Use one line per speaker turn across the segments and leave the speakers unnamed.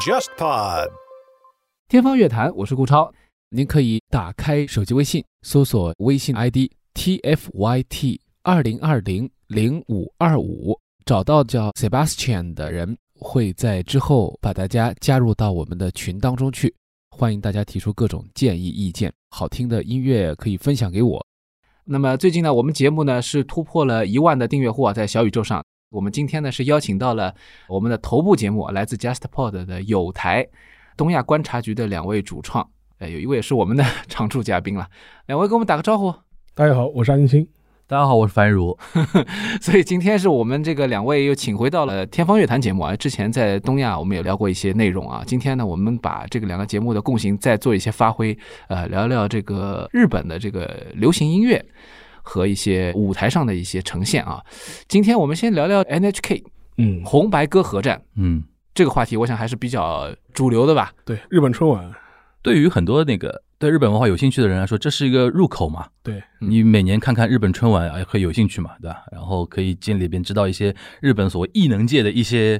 JustPod。
天方乐坛，我是顾超。您可以打开手机微信，搜索微信 ID tfyt 二零二零零五二五，找到叫 Sebastian 的人，会在之后把大家加入到我们的群当中去。欢迎大家提出各种建议意见，好听的音乐可以分享给我。那么最近呢，我们节目呢是突破了一万的订阅户啊，在小宇宙上。我们今天呢是邀请到了我们的头部节目，来自 JustPod 的有台东亚观察局的两位主创，呃，有一位是我们的 常驻嘉宾了，两位给我们打个招呼。
大家好，我是安青。
大家好，我是樊如。
所以今天是我们这个两位又请回到了天方乐坛节目啊。之前在东亚我们也聊过一些内容啊。今天呢，我们把这个两个节目的共性再做一些发挥，呃，聊聊这个日本的这个流行音乐和一些舞台上的一些呈现啊。今天我们先聊聊 NHK
嗯，
红白歌合战
嗯，
这个话题，我想还是比较主流的吧。
对，日本春晚，
对于很多那个对日本文化有兴趣的人来说，这是一个入口嘛。
对，
嗯
你每年看看日本春晚，哎，可以有兴趣嘛，对吧？然后可以进里边知道一些日本所谓艺能界的一些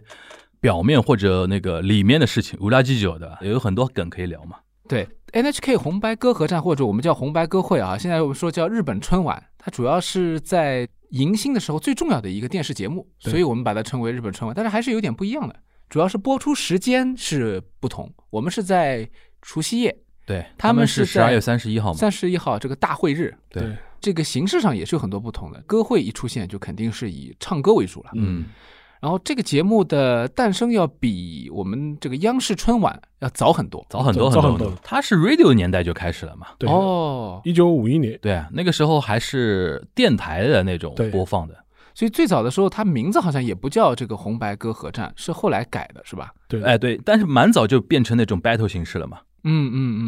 表面或者那个里面的事情，无拉基酒的，对吧也有很多梗可以聊嘛。
对 NHK 红白歌合战，或者我们叫红白歌会啊，现在我们说叫日本春晚，它主要是在迎新的时候最重要的一个电视节目，
对
所以我们把它称为日本春晚，但是还是有点不一样的，主要是播出时间是不同，我们是在除夕夜
对，
他们
是
是
十二
在
月三十一号嘛。
三十一号这个大会日，
对
对
这个形式上也是有很多不同的，歌会一出现就肯定是以唱歌为主了，
嗯，
然后这个节目的诞生要比我们这个央视春晚要早很多，
早很多
早
很多
很多了
它是 radio 年代就开始了嘛。
对，
哦，
一九五一年，
对啊，那个时候还是电台的那种
对
播放的。
所以最早的时候，它名字好像也不叫这个红白歌合战，是后来改的，是吧？
对，
哎，对，但是蛮早就变成那种 battle 形式了嘛。
嗯嗯嗯，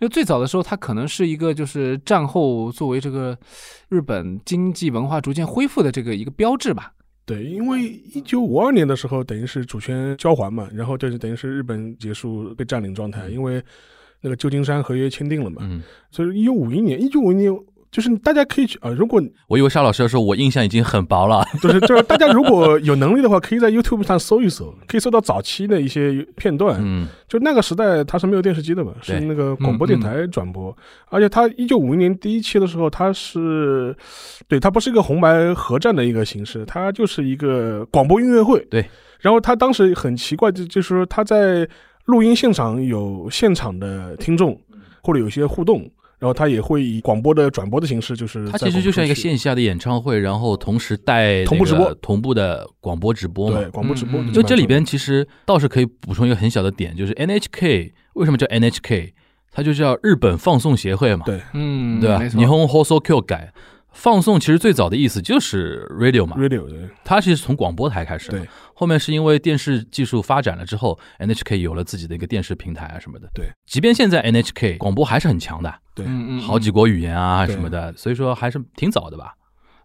因为最早的时候，它可能是一个就是战后作为这个日本经济文化逐渐恢复的这个一个标志吧。
对，因为一九五二年的时候，等于是主权交还嘛，然后就是等于是日本结束被占领状态，因为那个旧金山合约签订了嘛，
嗯，
所以一九五一年，一九五一年。就是大家可以去啊、如果
我以为沙老师说我印象已经很薄了。
就是就是大家如果有能力的话，可以在 YouTube 上搜一搜，可以搜到早期的一些片段。
嗯，
就那个时代，它是没有电视机的嘛，
对嗯
是那个广播电台转播。而且它一九五零年第一期的时候，它是，对，它不是一个红白合战的一个形式，它就是一个广播音乐会。
对。
然后它当时很奇怪，就就是说它在录音现场有现场的听众，或者有些互动，然后它也会以广播的转播的形式，就是
它
在
其实就像一
广播出
个
去
线下的演唱会，然后同时带
同步直播
那个同步的广播直播嘛
对。广播直播
嗯嗯嗯。
就这里边其实倒是可以补充一个很小的点，就是 NHK 为什么叫 NHK？它就叫日本放送协会嘛，
对
嗯，
对吧？啊
没
霓
错。
虹 h o s o Q 改放送，其实最早的意思就是 radio 嘛，
radio 的
它其实从广播台开始，
对，
后面是因为电视技术发展了之后，NHK 有了自己的一个电视平台啊什么的，
对。
即便现在 NHK 广播还是很强的，
对
嗯嗯，
好几国语言啊
对
什么的，所以说还是挺早的吧。
嗯。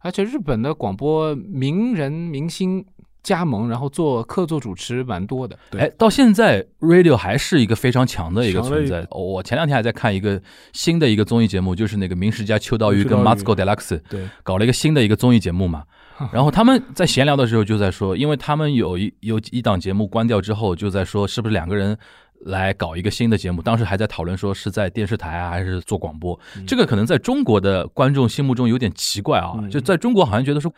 而且日本的广播名人明星加盟，然后做客座主持蛮多的。
对
哎，到现在 radio 还是一个非常强的一个
强的
存
一
在。哦我前两天还在看一个新的一个综艺节目，就是那个名实家秋刀鱼
秋
跟
刀鱼
Masco Deluxe
对
搞了一个新的一个综艺节目嘛。然后他们在闲聊的时候就在说，因为他们有一有一档节目关掉之后，就在说是不是两个人来搞一个新的节目。当时还在讨论说是在电视台啊，还是做广播。这个可能在中国的观众心目中有点奇怪啊，
嗯
就在中国好像觉得说，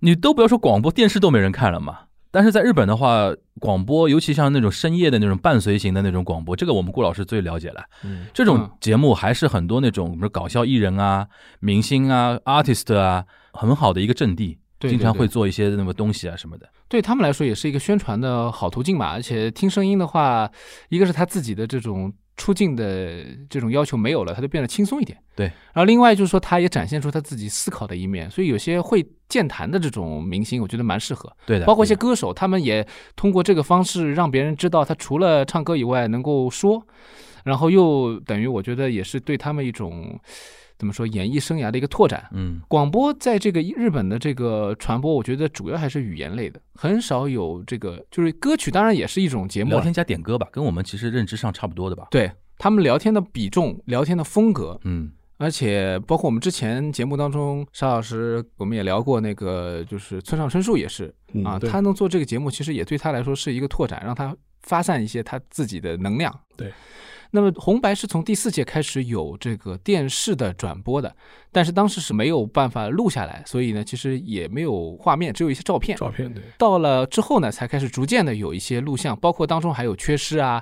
你都不要说广播，电视都没人看了嘛。但是在日本的话，广播尤其像那种深夜的那种伴随型的那种广播，这个我们顾老师最了解了。
嗯
这种
嗯
节目还是很多那种什么搞笑艺人啊、明星啊、artist 啊，很好的一个阵地，
对
经常
对对
会做一些那么东西啊什么的。
对他们来说也是一个宣传的好途径嘛。而且听声音的话，一个是他自己的这种出镜的这种要求没有了，他就变得轻松一点。
对
然后另外就是说，他也展现出他自己思考的一面，所以有些会健谈的这种明星，我觉得蛮适合。
对的，
包括一些
嗯
歌手，他们也通过这个方式让别人知道，他除了唱歌以外能够说，然后又等于我觉得也是对他们一种怎么说演艺生涯的一个拓展。
嗯，
广播在这个日本的这个传播，我觉得主要还是语言类的，很少有这个就是歌曲，当然也是一种节目啊
聊
了。
天加点歌吧，跟我们其实认知上差不多的吧。
对他们聊天的比重、聊天的风格，
嗯，
而且包括我们之前节目当中，沙老师我们也聊过那个，就是村上春树也是
嗯
啊，
对
他能做这个节目，其实也对他来说是一个拓展，让他发散一些他自己的能量。
对。
那么红白是从第四届开始有这个电视的转播的，但是当时是没有办法录下来，所以呢，其实也没有画面，只有一些照片。
照片对，
到了之后呢，才开始逐渐的有一些录像，包括当中还有缺失啊，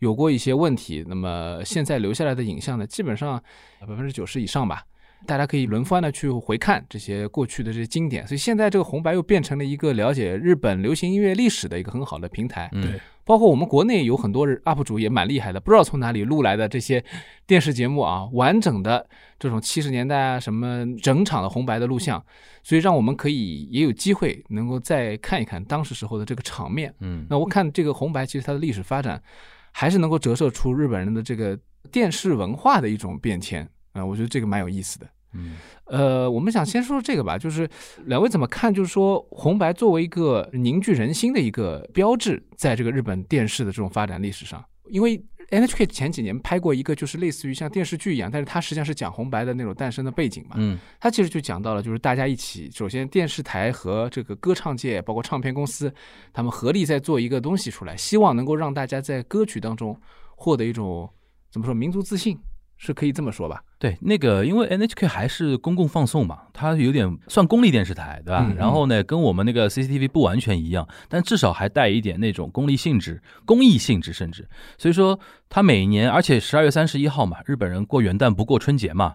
有过一些问题。那么现在留下来的影像呢，基本上百分之九十以上吧，大家可以轮番的去回看这些过去的这些经典。所以现在这个红白又变成了一个了解日本流行音乐历史的一个很好的平台。
嗯
对
包括我们国内有很多 UP 主也蛮厉害的，不知道从哪里录来的这些电视节目啊，完整的这种七十年代啊什么整场的红白的录像，所以让我们可以也有机会能够再看一看当时时候的这个场面。
嗯
那我看这个红白其实它的历史发展，还是能够折射出日本人的这个电视文化的一种变迁啊、呃我觉得这个蛮有意思的。
嗯
呃，我们想先说这个吧，就是两位怎么看？就是说红白作为一个凝聚人心的一个标志，在这个日本电视的这种发展历史上，因为 NHK 前几年拍过一个，就是类似于像电视剧一样，但是它实际上是讲红白的那种诞生的背景嘛。
嗯
它其实就讲到了，就是大家一起，首先电视台和这个歌唱界，包括唱片公司，他们合力在做一个东西出来，希望能够让大家在歌曲当中获得一种怎么说民族自信，是可以这么说吧？
对，那个因为 NHK 还是公共放送嘛，它有点算公立电视台，对吧？
嗯
然后呢，跟我们那个 CCTV 不完全一样，但至少还带一点那种公立性质、公益性质，甚至。所以说，它每年，而且十二月三十一号嘛，日本人过元旦不过春节嘛，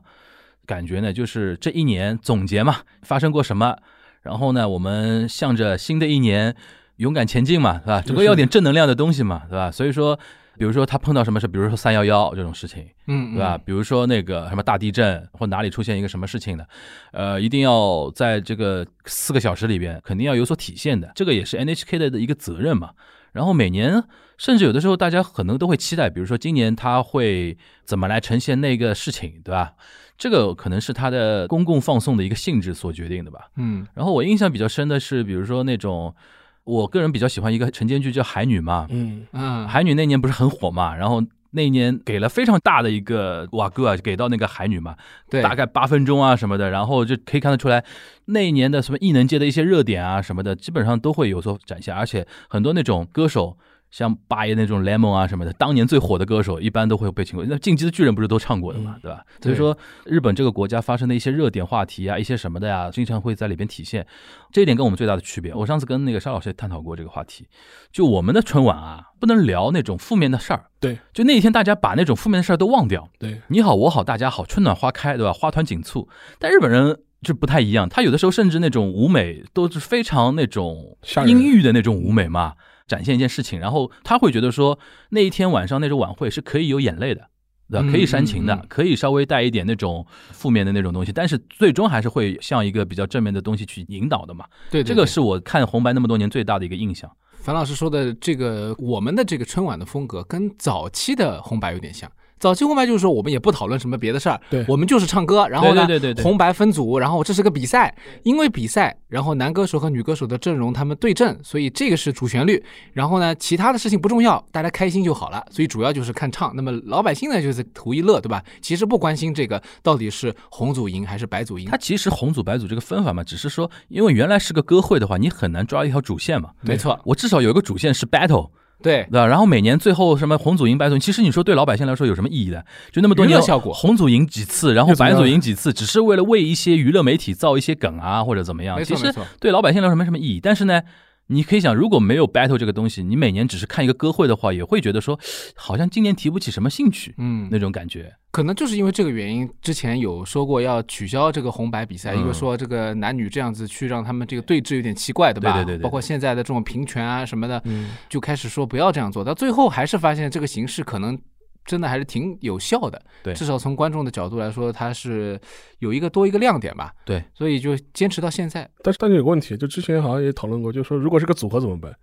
感觉呢就是这一年总结嘛，发生过什么，然后呢，我们向着新的一年勇敢前进嘛，对吧？整个要点正能量的东西嘛，对吧？所以说，比如说他碰到什么事，比如说三幺幺这种事情。
嗯
对吧？？比如说那个什么大地震或哪里出现一个什么事情的，呃，一定要在这个四个小时里边肯定要有所体现的，这个也是 NHK 的一个责任嘛。然后每年，甚至有的时候大家可能都会期待，比如说今年他会怎么来呈现那个事情，对吧？这个可能是它的公共放送的一个性质所决定的吧。
嗯
然后我印象比较深的是，比如说那种，我个人比较喜欢一个晨间剧叫《海女》嘛，
嗯
嗯，
海女那年不是很火嘛，然后那一年给了非常大的一个瓦格啊，给到那个海女嘛，
对，
大概八分钟啊什么的，然后就可以看得出来，那一年的什么艺能界的一些热点啊什么的，基本上都会有所展现，而且很多那种歌手。像八爷那种 Lemon 啊什么的，当年最火的歌手一般都会被请过。那《进击的巨人》不是都唱过的嘛，对吧？所以说，日本这个国家发生的一些热点话题啊，一些什么的呀、经常会在里边体现。这一点跟我们最大的区别，我上次跟那个沙老师也探讨过这个话题，就我们的春晚啊，不能聊那种负面的事儿。
对，
就那一天大家把那种负面的事儿都忘掉，
对，
你好，我好，大家好，春暖花开，对吧？花团锦簇。但日本人就不太一样，他有的时候甚至那种舞美都是非常那种
吓人
阴郁的那种舞美嘛，展现一件事情，然后他会觉得说那一天晚上那种晚会是可以有眼泪的。对吧
嗯
可以煽情的，
嗯嗯
可以稍微带一点那种负面的那种东西，但是最终还是会向一个比较正面的东西去引导的嘛。
对，对
这个
对
是我看红白那么多年最大的一个印象。
樊老师说的这个，我们的这个春晚的风格跟早期的红白有点像。早期红白就是说，我们也不讨论什么别的事儿，
对
我们就是唱歌，然后呢，
对对对对对
红白分组，然后这是个比赛，因为比赛，然后男歌手和女歌手的阵容他们对阵，所以这个是主旋律。然后呢，其他的事情不重要，大家开心就好了。所以主要就是看唱。那么老百姓呢，就是图一乐，对吧？其实不关心这个到底是红组赢还是白组赢
它，其实红组白组这个分法嘛，只是说因为原来是个歌会的话，你很难抓一条主线嘛。
没错，
我至少有一个主线是 battle，
对
对，吧？然后每年最后什么红组赢白组赢，其实你说对老百姓来说有什么意义呢？就那么多
娱乐
年
效果
红组赢几次，然后
又怎么
白
样
组赢几次，只是为了为一些娱乐媒体造一些梗啊或者怎么样
没，
其
错没
实
错。
对老百姓来说没什么意义。但是呢。你可以想，如果没有 battle 这个东西，你每年只是看一个歌会的话，也会觉得说，好像今年提不起什么兴趣
嗯，
那种感觉。
可能就是因为这个原因，之前有说过要取消这个红白比赛，
嗯
因为说这个男女这样子去让他们这个对峙有点奇怪，对吧？
对对对对
包括现在的这种平权啊什么的，
嗯，
就开始说不要这样做，到最后还是发现这个形式可能真的还是挺有效的。
对
至少从观众的角度来说，它是有一个多一个亮点吧。
对，
所以就坚持到现在。
但是但是有个问题，就之前好像也讨论过，就是说如果是个组合怎么办？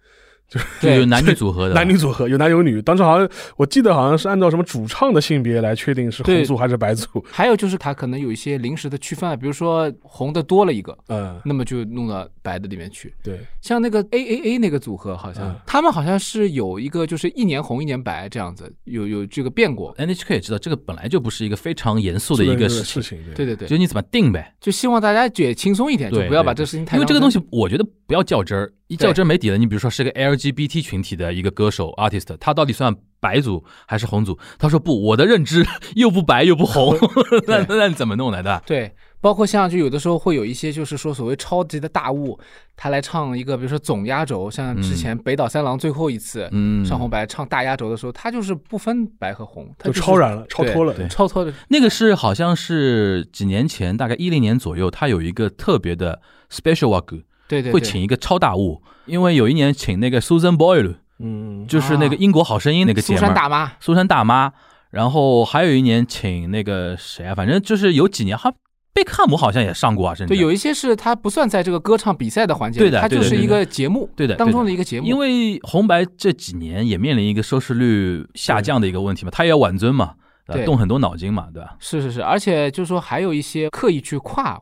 就有
对
男女组 合的，
男女组合有男有女，当时好像我记得好像是按照什么主唱的性别来确定是红
对
组还是白组，
还有就是它可能有一些临时的区分啊，比如说红的多了一个，
嗯，
那么就弄到白的里面去。
对，
像那个 A A A 那个组合，好像、
嗯
他们好像是有一个就是一年红一年白这样子，有有这个变过。
NHK 也知道这个本来就不是一个非常严肃的
做
一个
事
事情，
情，
对，对对，
就你怎么定呗，
就希望大家也轻松一点，就
对
不要把
对
这事情太
因为这个
当
东
真
西我觉得不要较真儿，一较真儿没底了。你比如说是个 LGBT 群体的一个歌手 artist，他到底算白组还是红组？他说不，我的认知 又不白又不红， 那那那你怎么弄来的？
对，包括像就有的时候会有一些就是说所谓超级的大物，他来唱一个，比如说总压轴，像之前北岛三郎最后一次、
嗯，
上红白唱大压轴的时候，他就是不分白和红，他
就是超然了，超脱了，
对
超脱的，
那个是好像是几年前，大概一零年左右，他有一个特别的 special work，
对对对，
会请一个超大物，因为有一年请那个 Susan Boyle，
嗯，
就是那个
啊
英国好声音那个节
苏
目，
珊大妈，
苏珊大妈，然后还有一年请那个谁啊，反正就是有几年哈，贝克汉姆好像也上过啊，甚至
对，有一些是他不算在这个歌唱比赛的环节，
对的
他
对
就
的
是
对
一
的
个节目，
对的
当
对
中
的
的一个节目，
因为红白这几年也面临一个收视率下降的一个问题嘛，他也要挽尊嘛，呃
对
动很多脑筋嘛，对吧？
是是是，而且就是说还有一些刻意去跨，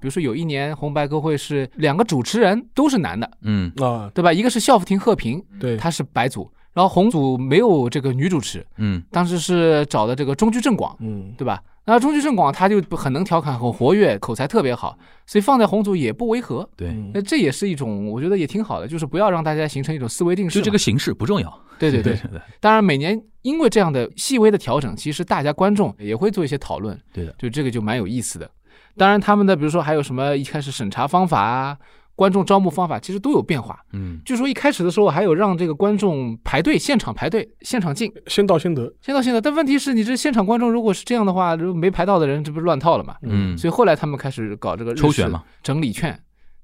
比如说有一年红白歌会是两个主持人都是男的，
嗯，
啊，
对吧？一个是孝夫廷贺平，
对，
他是白组，然后红组没有这个女主持，
嗯，
当时是找的这个中居正广，
嗯，
对吧？那中居正广他就很能调侃，很活跃，口才特别好，所以放在红组也不违和。
对，哎
嗯
那这也是一种，我觉得也挺好的，就是不要让大家形成一种思维定式
就
嘛。
这个形式不重要，
对对对
对，对
当然每年因为这样的细微的调整，其实大家观众也会做一些讨论，
对的，
就这个就蛮有意思的。当然他们的比如说还有什么一开始审查方法啊，观众招募方法，其实都有变化。
嗯，
据说一开始的时候还有让这个观众排队，现场排队，现场进，
先到先得，
先到现在。但问题是你这现场观众如果是这样的话，如果没排到的人，这不是乱套了嘛？
嗯
所以后来他们开始搞这个日式
抽选嘛，
整理券。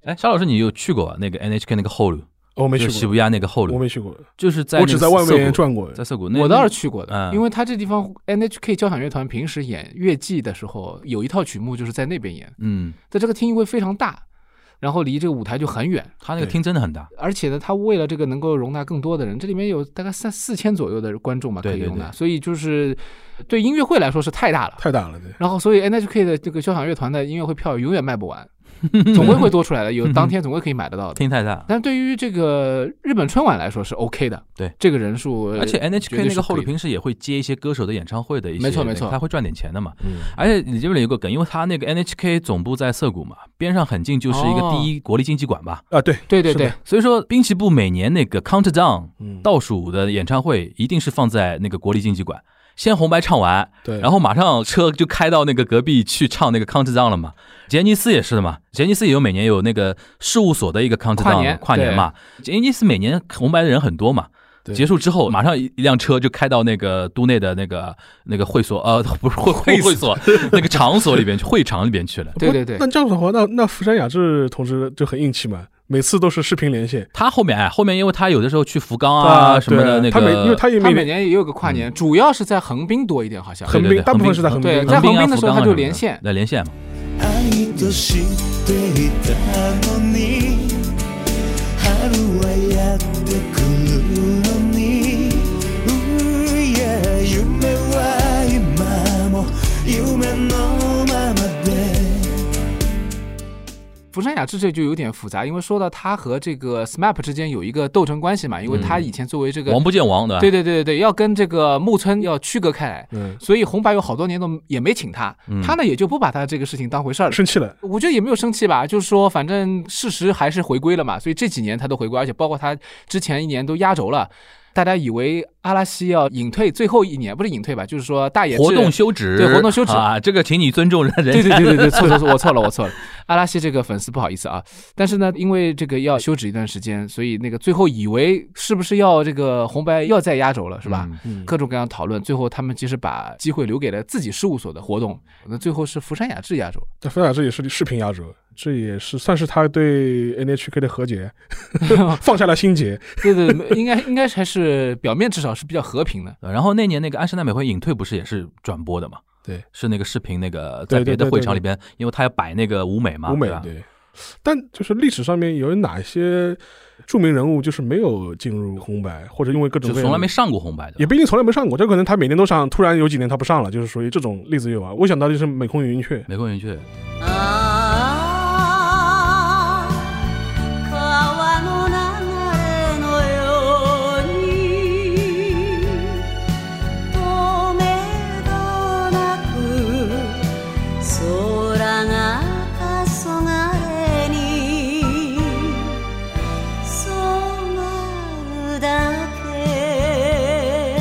哎，沙老师，你有去过吧那个 NHK 那个后路，
哦我没
就
去
是西
过，
伯利亚那个后
我
路，
没去过，
就是在
我
那
只
个
在外
涩
面
谷，
转过，
在涩谷，那
我倒是
去，
去过的，
嗯
因为他这地方 NHK 交响乐团平时演乐季的时候，有一套曲目就是在那边演，
嗯，
但这个厅会非常大，然后离这个舞台就很远。
他那个
对
厅真的很大，
而且呢，他为了这个能够容纳更多的人，这里面有大概三四千左右的观众吧，可
对
以
对
容纳，
对
所以就是对音乐会来说是太大了。
太大了，对，
然后，所以哎 NHK 的这个交响乐团的音乐会票永远卖不完，总归会多出来的，有当天总归可以买得到的。
厅太大，
但对于这个日本春晚来说是 OK 的，
对
这个人数，
而且
呃绝
NHK
对
那
是
个后
可
路
以的
平时也会接一些歌手的演唱会的一些，
没错没错
他会赚点钱的嘛。
嗯，
而且你这边有个梗，因为他那个 NHK 总部在涩谷嘛，边上很近就是一个
哦
第一国立竞技馆吧，
啊，对，
对对
是的
对，
所以说滨崎步每年那个 Countdown
嗯，
倒数的演唱会一定是放在那个国立竞技馆，先红白唱完，
对，
然后马上车就开到那个隔壁去唱那个 Countdown 了嘛。杰尼斯也是的嘛，杰尼斯也有每年有那个事务所的一个 Countdown
跨年
跨年嘛，杰尼斯每年红白的人很多嘛。
对
结束之后，马上一一辆车就开到那个都内的那个那个会所，呃，不是会会会所，那个场所里边去，会场里边去了。
对对对
那这样子的话，那那福山雅治同志就很硬气嘛，每次都是视频连线
他后面哎，后面因为他有的时候去福冈啊什么的
对
那个，
他每因为他也
他
每
每年也有个跨年，主要是在横滨多一点，好像
对
横
对对
滨，大部分是在横
对
滨
在
嘛，
横
啊
滨的时候
福冈啊
他就
什么的
连线
对连线嘛。
愛と知っていたのに春はやってくるのに Ooh, yeah 夢は今も夢のままで
福山雅治这就有点复杂，因为说到他和这个 SMAP 之间有一个斗争关系嘛，因为他以前作为这个，
王不见王对吧？
对对对对对，要跟这个木村要区隔开来，
嗯，
所以红白有好多年都也没请他，
嗯
他呢也就不把他这个事情当回事儿了。
生气了，
我觉得也没有生气吧，就是说，反正事实还是回归了嘛，所以这几年他都回归，而且包括他之前一年都压轴了，大家以为阿拉西要隐退最后一年，不是隐退吧，就是说大野智
活动休止，
对活动休止
啊，这个请你尊重人家。
对对对对对，错错错，我错了，我错了。阿拉西这个粉丝不好意思啊，但是呢，因为这个要休止一段时间，所以那个最后以为是不是要这个红白要再压轴了，是吧？
嗯
嗯，
各种各样讨论，最后他们其实把机会留给了自己事务所的活动，那最后是福山雅治压轴，
但福山雅治也是视频压轴，这也是算是他对 NHK 的和解， 放下了心 结，
对对，对应该应该还是表面至少是比较和平的。
呃然后那年那个安室奈美惠隐退不是也是转播的嘛？
对，
是那个视频那个
对
在别
对
的
对
会
对
场
对
里边，因为他要摆那个舞美嘛，
舞美
对吧？
对。但就是历史上面有哪些著名人物就是没有进入红白，或者因为各种
就
各样的
从来没上过红白的，
也不一定从来没上过，这可能他每年都上，突然有几年他不上了，就是属于这种例子有啊。我想到就是美空云雀，
美国云雀，
ああ川の流れのように止めどなく空が黄昏に染まるだけ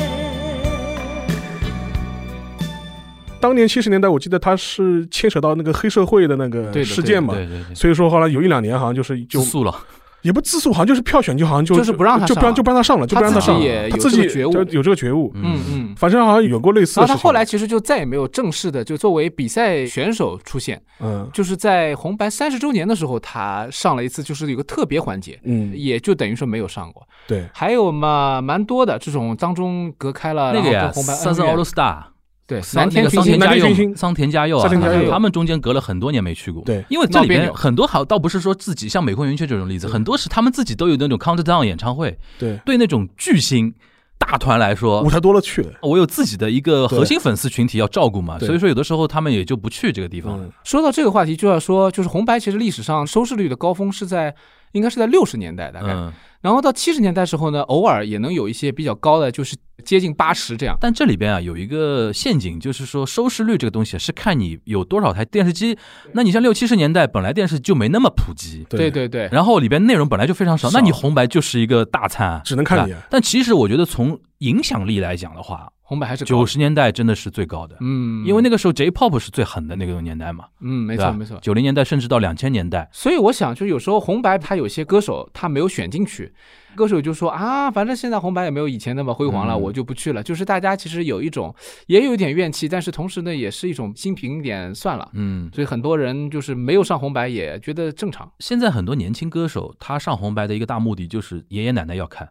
当年七十年代我记得他是牵扯到那个黑社会的那
对
个
的
事件嘛，
对对对对，
所以说后来有一两年好像就是就
自诉了，
也不自诉，好像就是票选就好像就
就是不让他
就不让
上啊
就不让他上了，就不让
他自己
上了
也
他
有
自
这
己
个觉悟
就有这个觉悟。
嗯嗯。
反正好像有过类似
然后
的事情。
他后来其实就再也没有正式的就作为比赛选手出现，
嗯
就是在红白三十周年的时候，他上了一次，就是有个特别环节，
嗯，
也就等于说没有上过。
对，
还有嘛，蛮多的这种当中隔开了
那个
啊然后
呀，
跟红白嗯
三三 All Star。
对
桑
南天
那个
群
桑田
星
南
佳
天群
佑、
星
桑田佳佑啊，
桑田佳
佑
他们中间隔了很多年没去过。
对
因为这里
闹别
边
扭
很多好，倒不是说自己像美空云雀这种例子，很多是他们自己都有那种 countdown 演唱会。
对
对那种巨星大团来说
哦
舞，台多了去了。
我有自己的一个核心粉丝群体要照顾嘛，
对
所以说有的时候他们也就不去这个地方了。
嗯，
说到这个话题，就要说就是红白其实历史上收视率的高峰是在应该是在六十年代大概，
嗯，
然后到七十年代时候呢，偶尔也能有一些比较高的，就是接近八十这样。
但这里边啊有一个陷阱，就是说收视率这个东西是看你有多少台电视机。那你像六七十年代本来电视就没那么普及，
对对对，
然后里边内容本来就非常少，
少
那你红白就是一个大餐啊，
只能看你啊
对吧但其实我觉得从影响力来讲的话，
红白还是高
九，十年代真的是最高的，
嗯，
因为那个时候 J-pop 是最狠的那个年代嘛，
嗯，没
没
错没错。
九零年代甚至到两千年代，
所以我想，就有时候红白他有些歌手他没有选进去，歌手就说啊，反正现在红白也没有以前那么辉煌了，
嗯
我就不去了。就是大家其实有一种也有一点怨气，但是同时呢，也是一种心平一点算了。
嗯，
所以很多人就是没有上红白也觉得正常。
现在很多年轻歌手他上红白的一个大目的就是爷爷奶奶要看。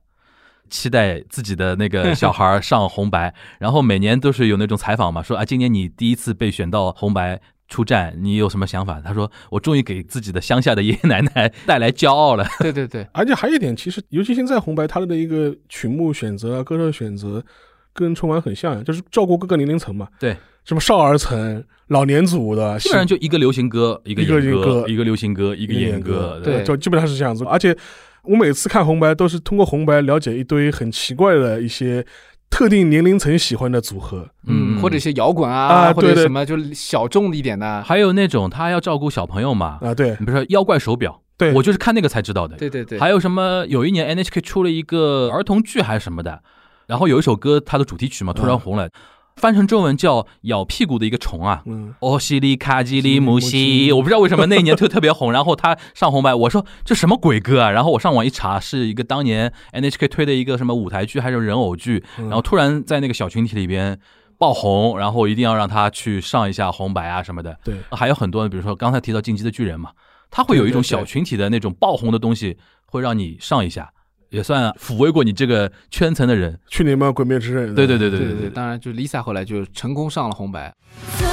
期待自己的那个小孩儿上红白， 然后每年都是有那种采访嘛，说啊，今年你第一次被选到红白出战，你有什么想法？他说，我终于给自己的乡下的爷爷奶奶带来骄 傲了。
对对对，
而且还有一点，其实尤其现在红白，它的一个曲目选择啊、歌手选择，跟春晚很像呀，就是照顾各个年龄层嘛。
对，
什么少儿层、老年组的，
基本上就一个流行歌，一个
一个
演
歌
一个流行歌，一
一个
个演
演
歌
歌，
对
就基本上是这样子。而且我每次看红白，都是通过红白了解一堆很奇怪的一些特定年龄层喜欢的组合。
嗯，
或者一些摇滚啊，
啊
或者
对对
什么就是小众一点的，
还有那种他要照顾小朋友嘛，
啊，对
你比如说妖怪手表，
对，
我就是看那个才知道的。
对对对，
还有什么？有一年 NHK 出了一个儿童剧还是什么的，然后有一首歌，它的主题曲嘛，突然红了，翻成中文叫“咬屁股的一个虫”啊。
嗯，
哦，西里卡基里姆西，
西
我不知道为什么那一年特特别红，然后他上红白，我说这什么鬼歌啊？然后我上网一查，是一个当年 NHK 推的一个什么舞台剧还是人偶剧，然后突然在那个小群体里边爆红，然后一定要让他去上一下红白啊什么的。
对
还有很多，比如说刚才提到《进击的巨人》嘛，他会有一种小群体的那种爆红的东西，会让你上一下，也算抚慰过你这个圈层的人。
去年嘛，《鬼灭之刃》
对对对对
对
对
对，
对，
当然就 Lisa 后来就成功上了红白，
強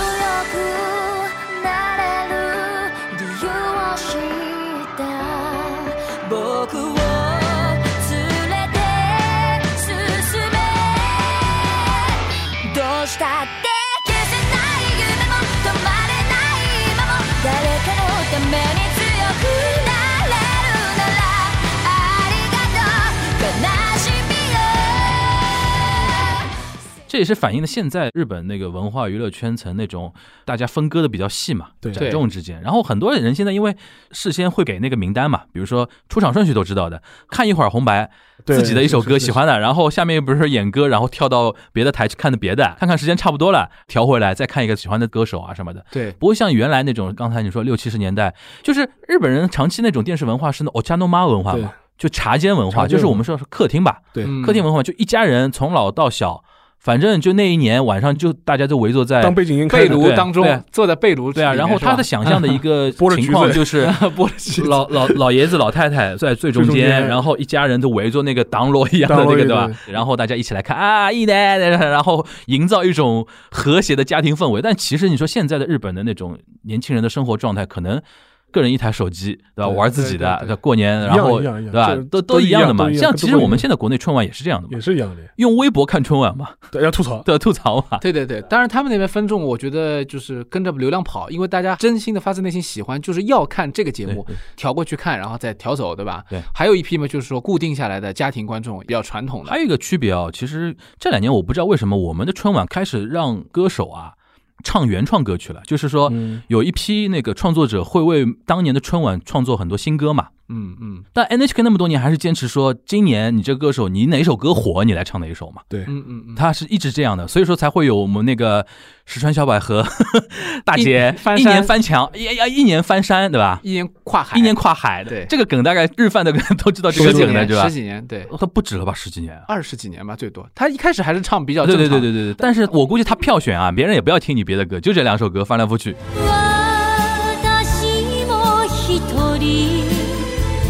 くなれる理由を知った僕を連れて進めどうしたって消せない夢も止まれない今も誰かのために強くなれるならありがとう悲しみよ
这也是反映了现在日本那个文化娱乐圈层那种大家分割的比较细嘛，
对
展众之间。然后很多人现在因为事先会给那个名单嘛，比如说出场顺序都知道的，看一会儿红白，
对
自己的一首
是
歌
是是
喜欢的，然后下面不是演歌，然后跳到别的台去看的别的，看看时间差不多了，调回来再看一个喜欢的歌手啊什么的。
对，
不会像原来那种，刚才你说六七十年代，就是日本人长期那种哦电视文化是那 o c h a n o m a 文化嘛，就茶间文
茶
化，
间
就是我
文
们说是客厅吧，
对
嗯
客厅文化就一家人从老到小，反正就那一年晚上就大家都围坐在
当背景音
被
看的，
炉当中
对
坐在被炉
对啊，
里面
然后
是吧
他的 想象的一个
剥了橘
情况
子
就是老老老爷子老太太在最中
最中
间，
间
然后一家人都围着那个党罗一样的那
党
个对
罗
吧？然后大家一起来看啊，一代，然后营造一种和谐的家庭氛围。但其实你说现在的日本的那种年轻人的生活状态，可能。个人一台手机，对吧？
对
玩自己的，
对对对
吧过年
一
然
样一
后对
样一样，
吧
这，
都
都
一
一样
的嘛
都。一样
像
都
其
不
实
一
我们
样
现在国内春晚也是这样的嘛
也，是一样的，
用微博看春晚 嘛，
对，要吐槽。
对，吐槽嘛。
对对对，当然他们那边分众，我觉得就是跟着流量跑，因为大家真心的发自内心喜欢，就是要看这个节目
对，
调过去看，然后再调走，对吧？
对。
还有一批嘛，就是说固定下来的家庭观众，比较传统的
还。有一个区别啊，其实这两年我不知道为什么我们的春晚开始让歌手啊唱原创歌曲了，就是说
嗯
有一批那个创作者会为当年的春晚创作很多新歌嘛。
嗯嗯
但 NHK 那么多年还是坚持说，今年你这歌手你哪首歌火，你来唱哪一首嘛。
对，
嗯嗯嗯，
他是一直这样的，所以说才会有我们那个石川小百合 大姐
一翻
一
山
年翻墙，一一一年翻山，对吧？
一年跨海，
一年跨海的，
对
这个梗大概日饭的梗 都知道这
十
个
几
梗的，
年，
对吧
十？几年，对，
他不止了吧，十几年啊。
二十几年吧，最多。他一开始还是唱比较
对
呃正
对
常，
对对对对，但是我估计他票选啊，别人也不要听你别的歌，就这两首歌翻来覆去。
「私もひとり」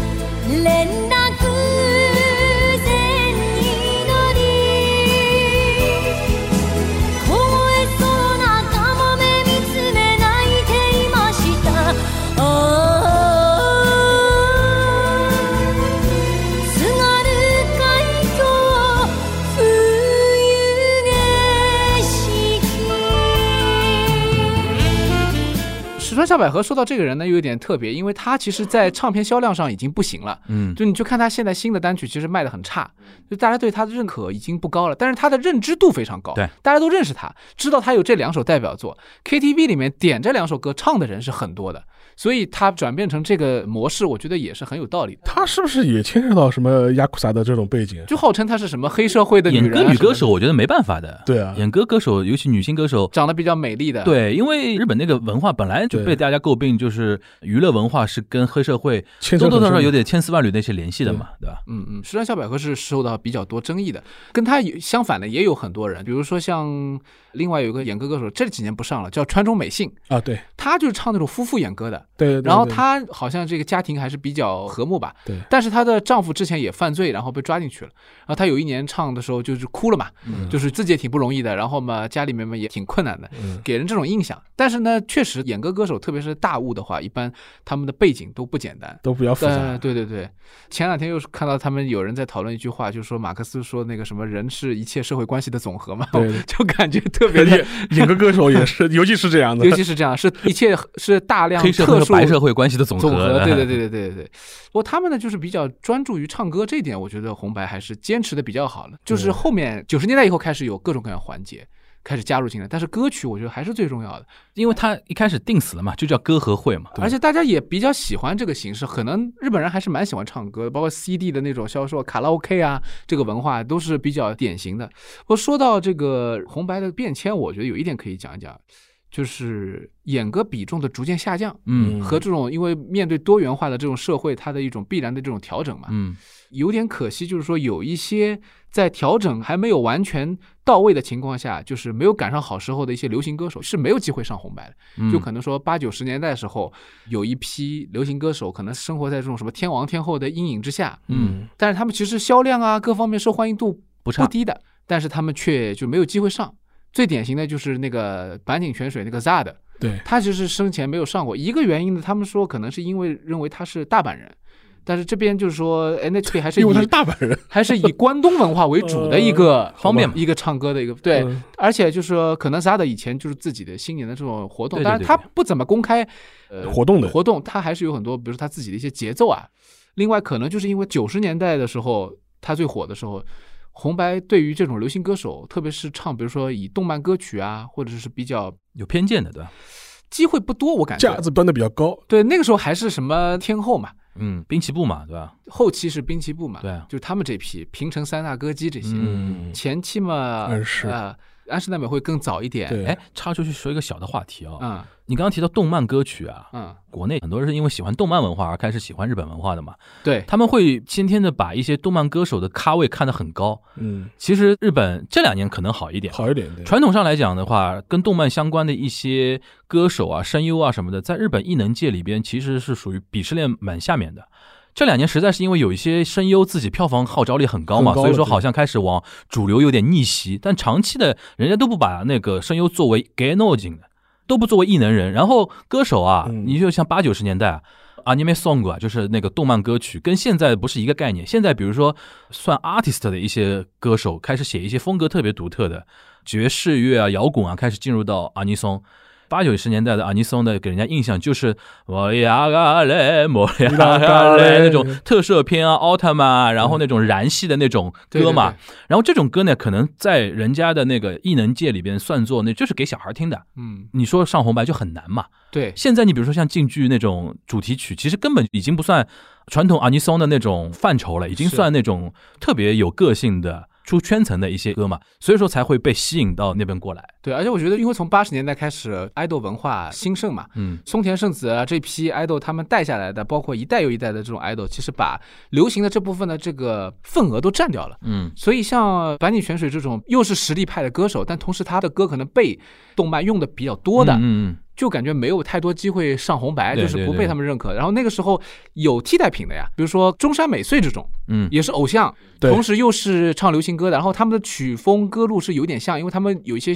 「連絡船に乗り」「凍えそうなカモメ見つめ泣いていました」「ああ津
石
軽海峡冬景色」
川小百合说到这个人呢，又有点特别，因为他其实，在唱片销量上已经不行了。
嗯，
就你就看他现在新的单曲，其实卖的很差，就大家对他的认可已经不高了，但是他的认知度非常高，
对，
大家都认识他，知道他有这两首代表作，KTV 里面点这两首歌唱的人是很多的，所以他转变成这个模式，我觉得也是很有道理的。
他是不是也牵涉到什么雅库萨的这种背景？
就号称他是什么黑社会的女
演
人、
歌女歌手，，我觉得没办法的。
对啊
演歌歌手，尤其女性歌手，
长得比较美丽的，，
对，因为日本那个文化本来就
对
被大家诟病，就是娱乐文化是跟黑社会
牵
多
扯
多少
很
少
深
有点千丝万缕的一些联系的嘛，对吧？
嗯嗯，石川小百合是受到比较多争议的，跟他有相反的也有很多人，比如说像另外有一个演歌歌手，这几年不上了，叫川中美幸，
啊，对
他就是唱那种夫妇演歌的，
对。对
然后
对
她好像这个家庭还是比较和睦吧，
对
但是她的丈夫之前也犯罪，然后被抓进去了。然后她有一年唱的时候就是哭了嘛，就是自己也挺不容易的，然后嘛家里面嘛也挺困难的，
嗯
给人这种印象。但是呢，确实演歌歌手，特别是大物的话，一般他们的背景都不简单。
都比较复
对
杂，
呃对对对，前两天又是看到他们有人在讨论一句话，就说马克思说那个什么人是一切社会关系的总和嘛，
对对
就感觉特别
而
的
且， 演歌歌手也是，尤其是这样的
尤。其是这样，是一切是大量
黑社会
特
和
殊
白社会关系的总
总和，
和。
对对对对对对对。不过他们呢，就是比较专注于唱歌这一点，我觉得红白还是坚持的比较好了。就是后面九十年代以后开始有各种各样环节开始加入进来，但是歌曲我觉得还是最重要的，
因为他一开始定死了嘛，就叫歌和会嘛。
而且大家也比较喜欢这个形式，可能日本人还是蛮喜欢唱歌的，包括 CD 的那种销售、卡拉 OK 啊，这个文化都是比较典型的。不过说到这个红白的变迁，我觉得有一点可以讲一讲，就是演歌比重的逐渐下降。
嗯
和这种因为面对多元化的这种社会，它的一种必然的这种调整嘛，
嗯，
有点可惜，就是说有一些在调整还没有完全到位的情况下，就是没有赶上好时候的一些流行歌手是没有机会上红白的。
嗯
就可能说八九十年代的时候，有一批流行歌手可能生活在这种什么天王天后的阴影之下，
嗯，
但是他们其实销量啊各方面受欢迎度
不差
不低的，但是他们却就没有机会上。最典型的就是那个坂井泉水那个 Zad，
对，
他其实生前没有上过，一个原因呢，他们说可能是因为认为他是大阪人，但是这边就是说 NHK 还是以
因为他是大阪人，
还是以关东文化为主的一个
呃方便嘛
一个唱歌的一个对，
嗯
而且就是说可能 Zada 以前就是自己的新年的这种活动，
对对
当然
对
他不怎么公开呃
活动的
活动，他还是有很多，比如说他自己的一些节奏啊。另外，可能就是因为九十年代的时候他最火的时候。红白对于这种流行歌手，特别是唱，比如说以动漫歌曲啊，或者是比较
有偏见的，对吧？
机会不多，我感觉
架子端的比较高。
对，那个时候还是什么天后嘛，
嗯，滨崎步嘛，对吧？
后期是滨崎步嘛，
对啊
就是他们这批平成三大歌姬这些，
嗯，
前期嘛，
安室
呃，安室奈美惠更早一点，
对，
哎，插出去说一个小的话题啊，
嗯
你刚刚提到动漫歌曲啊，
嗯，
国内很多人是因为喜欢动漫文化而开始喜欢日本文化的嘛，
对，
他们会先天的把一些动漫歌手的咖位看得很高。
嗯，
其实日本这两年可能好一点，
好一点。对，
传统上来讲的话，跟动漫相关的一些歌手啊、声优啊什么的，在日本艺能界里边其实是属于鄙视链蛮下面的。这两年实在是因为有一些声优自己票房号召力很高嘛，
很高了
所以说
对
好像开始往主流有点逆袭。但长期的人家都不把那个声优作为 gay n o 的，都不作为艺能人。然后歌手啊，
嗯
你就像八九十年代啊。anime song 啊，就是那个动漫歌曲，跟现在不是一个概念。现在比如说，算 artist 的一些歌手开始写一些风格特别独特的爵士乐啊、摇滚啊，开始进入到 a n i s o n 八九十年代的 a n i s o n 的给人家印象就是我呀嘎嘞，我呀嘎嘞那种特摄片啊、奥特曼啊，然后那种燃系的那种歌嘛。然后这种歌呢，可能在人家的那个艺能界里边算作那就是给小孩听的。
嗯，
你说上红白就很难嘛。
对，
现在你比如说像京剧那种主题曲，其实根本已经不算传统 a n i s o n 的那种范畴了，已经
是
算那种特别有个性的。出圈层的一些歌嘛，所以说才会被吸引到那边过来。
对，而且我觉得，因为从八十年代开始，爱豆文化兴盛嘛，
嗯，
松田圣子啊这批爱豆他们带下来的，包括一代又一代的这种爱豆，其实把流行的这部分的这个份额都占掉了。
嗯，
所以像坂井泉水这种又是实力派的歌手，但同时他的歌可能被动漫用的比较多的，
嗯嗯
就感觉没有太多机会上红白，
对
就是不
对
被
对
他们认可。然后那个时候有替代品的呀，比如说中山美穗这种，
嗯嗯，
也是偶像，
对
同时又是唱流行歌的，然后他们的曲风歌路是有点像，因为他们有一些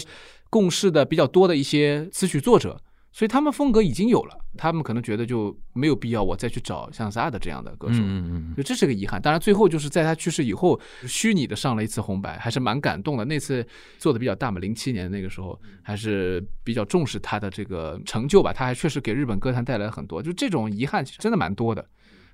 共事的比较多的一些词曲作者，所以他们风格已经有了，他们可能觉得就没有必要我再去找像 z a 的这样的歌手，
嗯嗯
就这是个遗憾。当然，最后就是在他去世以后，虚拟的上了一次红白，还是蛮感动的。那次做的比较大嘛，零七年那个时候
嗯
还是比较重视他的这个成就吧。他还确实给日本歌坛带来了很多，就这种遗憾其实真的蛮多
嗯
的。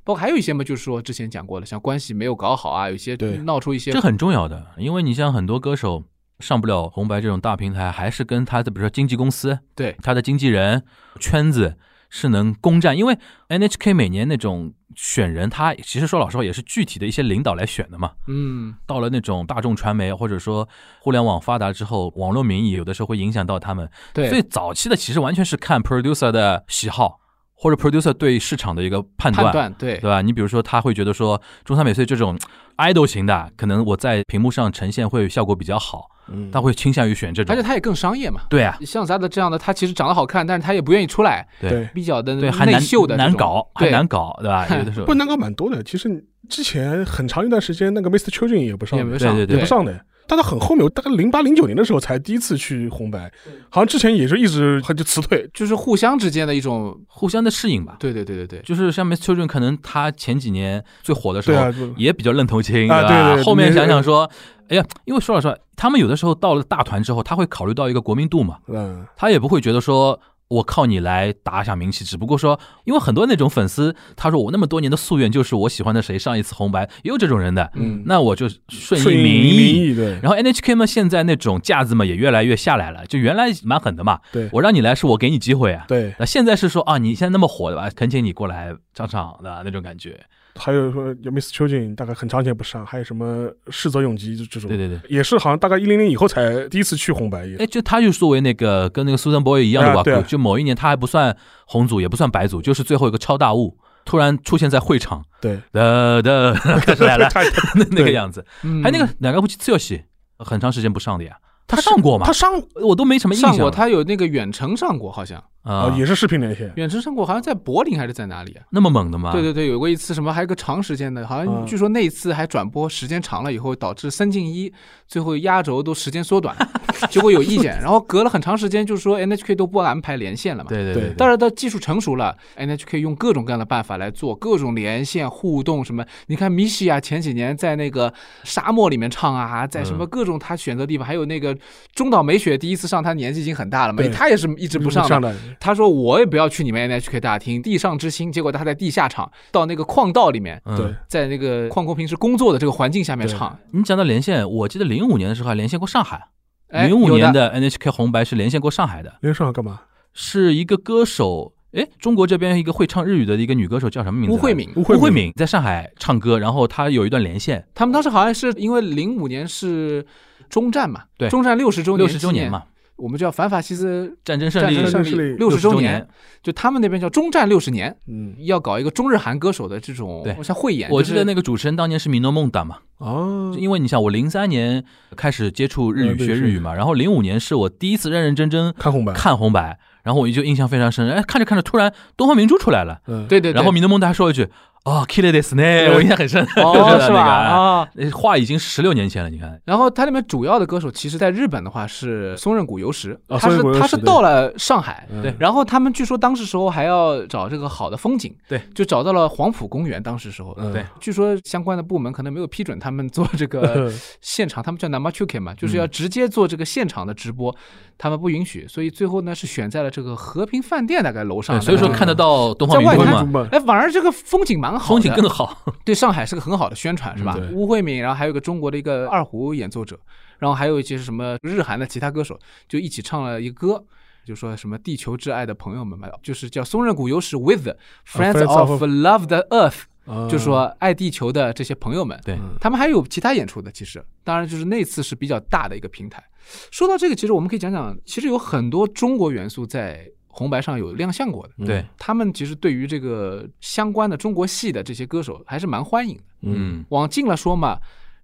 包括还有一些嘛，就是说之前讲过的，像关系没有搞好啊，有一些
对
闹出一些
这很重要的，因为你像很多歌手上不了红白这种大平台，还是跟他的比如说经纪公司、
对
他的经纪人圈子是能攻占，因为 NHK 每年那种选人，他其实说老实话也是具体的一些领导来选的嘛。
嗯
到了那种大众传媒或者说互联网发达之后，网络民意有的时候会影响到他们，
对
所以早期的其实完全是看 producer 的喜好或者 producer 对市场的一个
判断对
对吧？你比如说，他会觉得说中山美穗这种 idol 型的，可能我在屏幕上呈现会效果比较好，
嗯
他会倾向于选这
而且
种。
他也更商业嘛。
对啊，
像 z a 的这样的，他其实长得好看，但是他也不愿意出来，
对，
比较的
对，还难
内秀的这种
难搞，还
对
难搞，对吧？有 的时候
不，难搞蛮多的。其实之前很长一段时间，那个 Mr. Children 也不上
也没
的，
上
对对
也不上的。但他很后面，我大概零八零九年的时候才第一次去红白，好像之前也是一直他就辞退。
就是互相之间的一种，
互相的适应吧。
对对对对对，
就是像 Miss Children，可能他前几年最火的时
对
候
啊对
也比较愣头青，
啊
吧？
对对对
后面想想说，哎呀，因为说老实话，他们有的时候到了大团之后，他会考虑到一个国民度嘛，
嗯，
他也不会觉得说我靠你来打响名气，只不过说，因为很多那种粉丝，他说我那么多年的夙愿就是我喜欢的谁上一次红白，也有这种人的，
嗯
那我就顺
顺
应
应
民
民
意。
意对
然后 NHK 嘛，现在那种架子嘛也越来越下来了，就原来蛮狠的嘛，
对
我让你来是我给你机会啊，
对，
那现在是说啊，你现在那么火对吧？恳请你过来唱唱的那种感觉，
还有说有 Miss Children 大概很长时间不上，还有什么世泽永吉这这种，
对对对。
也是好像大概一零年以后才第一次去红白，也
哎，就他就作为那个跟那个 Susan Boy 一样的
啊
瓦
对啊
库，就某一年他还不算红组，也不算白组，就是最后一个超大物突然出现在会场，
对，
的的开始来了，
他
那那个
对
样子。
嗯
还有那个哪个不次游戏，很长时间不上的呀，他上过吗
他？上
我都没什么印象
上
了。
过，他有那个远程上过，好像
啊
啊，
也是视频连线，
远程上过，好像在柏林还是在哪里啊？
那么猛的吗？
对对对，有过一次什么，还有个长时间的，好像
嗯
据说那一次还转播时间长了以后，导致三进一最后压轴都时间缩短 了，结果有意见，然后隔了很长时间，就是说 NHK 都不安排连线了嘛。
对对
对
对
但是到技术成熟了，NHK 用各种各样的办法来做各种连线互动什么。你看米西亚前几年在那个沙漠里面唱啊，在什么
嗯
各种他选择地方，还有那个中岛美雪第一次上，她年纪已经很大了嘛
对，
她也是一直不上
上
的。
的，
她说我也不要去你们 NHK 大厅，地上之星。结果她在地下场，到那个矿道里面，
嗯
对，
在那个矿工平时工作的这个环境下面唱。
你讲到连线，我记得零五年的时候还连线过上海，
哎
零五
有
年
的
的 NHK 红白是连线过上海的，
连上干嘛？
是一个歌手。哎，中国这边一个会唱日语的一个女歌手叫什么名字
吴
啊？
慧敏，
吴
吴慧
敏
敏在上海唱歌，然后她有一段连线，
他们当时好像是因为零五年是中战嘛，
对
中战六十周年，
六十周年，嘛，
我们叫反法西斯
战争胜
战
利
争胜
胜
利
利
六十
60周
周年，，就他们那边叫中战六十年，
嗯，
要搞一个中日韩歌手的这种
对
像汇演。
我记得那
个
个主持人当年是米诺梦达嘛，
哦，
因为你想，我零三年开始接触
啊
日语，
嗯对
学日语嘛，然后零五年是我第一次认认真真
看红白，
看红白，然后我就印象非常深。哎，看着看着，突然东方明珠出来了，
嗯，
对对，对
然后米诺蒙达还说一句：“哦 k i l l this 呢，我印象很深，
哦，是吧？
那个
啊，
那话已经十六年前了，你看，
然后它里面主要的歌手，其实在日本的话是松任谷由实，
哦
啊
他
松
是
任谷由实
他是
对
到了上海，
嗯
对
然后他们据说当时时候还要找这个好的风景，
对，
就找到了黄浦公园。当时时候，
嗯
对
据说相关的部门可能没有批准他们做这个
嗯
现场，他们叫 n a m a c h u k e 嘛，就是要直接做这个现场的直播，他们不允许，所以最后呢是选在了这个和平饭店大概楼上
对，
的。
所以说看得到东方
在
明
外
珠
滩
嘛，
嘛，
哎，反而这个风景蛮好的，
风景更好，
对上海是个很好的宣传，是吧？
嗯对
邬慧敏，然后还有一个中国的一个二胡演奏者，然后还有一些什么日韩的其他歌手，就一起唱了一个歌，就说什么“地球挚爱的朋友们”嘛，就是叫松任谷由实 with friends
啊 Friends of-
of love the earth，、
嗯
就说爱地球的这些朋友们。
对，
他们还有其他演出的，其实当然就是那次是比较大的一个平台。说到这个，其实我们可以讲讲，其实有很多中国元素在红白上有亮相过的。
对，
他们其实对于这个相关的中国系的这些歌手还是蛮欢迎的。
嗯，
往近了说嘛，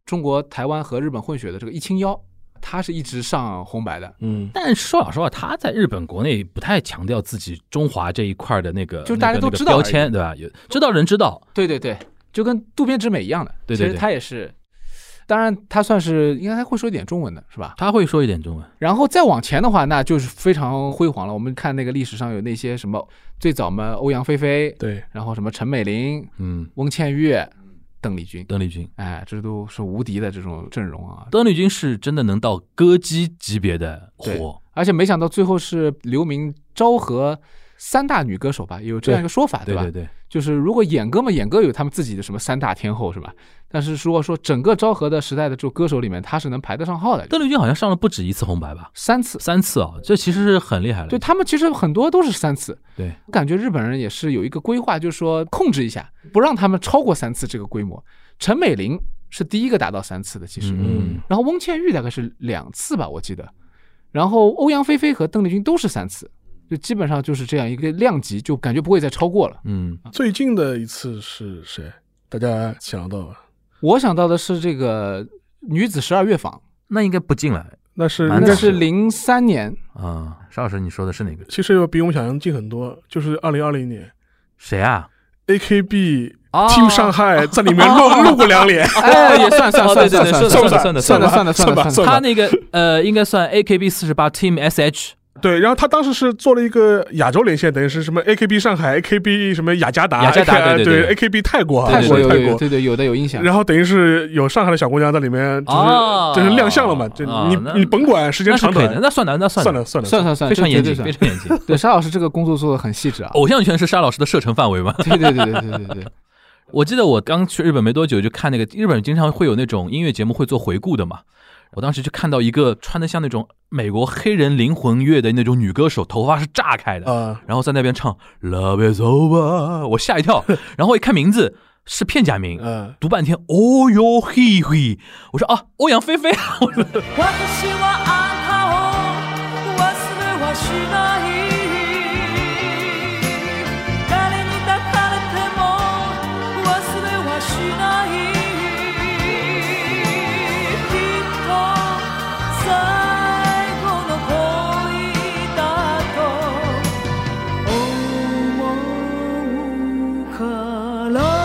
中国台湾和日本混血的这个一清妖，他是一直上红白的，
嗯，
但说老实话，他在日本国内不太强调自己中华这一块的那个，
就是大家
那个
都知道
那
而已
个标签，对吧？有知道人知道，
对对对，就跟渡边直美一样的，
对对对
其实他也是，当然他算是应该还会说一点中文的是吧？
他会说一点中文，
然后再往前的话，那就是非常辉煌了。我们看那个历史上有那些什么最早嘛，欧阳菲菲，
对，
然后什么陈美玲、
嗯，
翁倩玉、邓丽君，
邓丽君，
哎，这都是无敌的这种阵容啊。
邓丽君是真的能到歌姬级别的
对
火，
而且没想到最后是留名昭和三大女歌手吧，有这样一个说法，
对
吧？
对对，
就是如果演歌嘛，演歌有他们自己的什么三大天后是吧？但是如果说整个昭和的时代的这种歌手里面，她是能排得上号的，
邓丽君好像上了不止一次红白吧，
三次。
三次啊，这其实是很厉害了，
对他们其实很多都是三次，
对
我感觉日本人也是有一个规划，就是说控制一下，不让他们超过三次这个规模。陈美玲是第一个达到三次的，其实，
嗯，
然后翁倩玉大概是两次吧，我记得。然后欧阳菲菲和邓丽君都是三次，就基本上就是这样一个量级，就感觉不会再超过了。
嗯，
最近的一次是谁？大家想到吧
我想到的是这个女子十二乐坊，
那应该不进来
那是
蛮
应
那
早
该
是
是，
零三年，
啊。邵老师，你说的是哪个？
其实要比我们想象近很多，就是二零二零年
谁啊？
A K B
哦
啊
Team 上海在里面露露过两脸，
哎，也算算
哦
算
对
算
对
算
对
哦 算
算算
算
算
了
了
算了算
算
了
吧
算
算
了，
吧
他那个呃，应该算 AKB 四十八 Team SH，
对，然后他当时是做了一个亚洲连线，等于是什么 AKB 上海、AKB 什么雅加达、
雅加达
AK
对对
对 AKB 泰国啊，
泰国
是
有
泰
有有
国。
对对有的有印象。
然后等于是有上海的小姑娘在里面，就是
哦
就是亮相了嘛，这
哦
你
那
你甭管时间
那是
长
可以的，
短，
那算的，那算
算
的，
了算了
算算算，
非常
这绝
严
对
谨，
算
非常严谨。
对，沙老师这个工作做的很细致啊。
偶像圈是沙老师的射程范围吗？
对对对对对对对，
我记得我刚去日本没多久，就看那个日本经常会有那种音乐节目会做回顾的嘛。我当时就看到一个穿的像那种美国黑人灵魂乐的那种女歌手，头发是炸开的，
啊，
然后在那边唱 Love is over，我吓一跳，然后一看名字是片假名，
啊
嗯，
读半天哦哟嘿嘿，我说啊，欧阳菲 菲，我说
私はあんたを忘れはしない誰に抱かれても忘れはしないきっと最後の恋だと思うから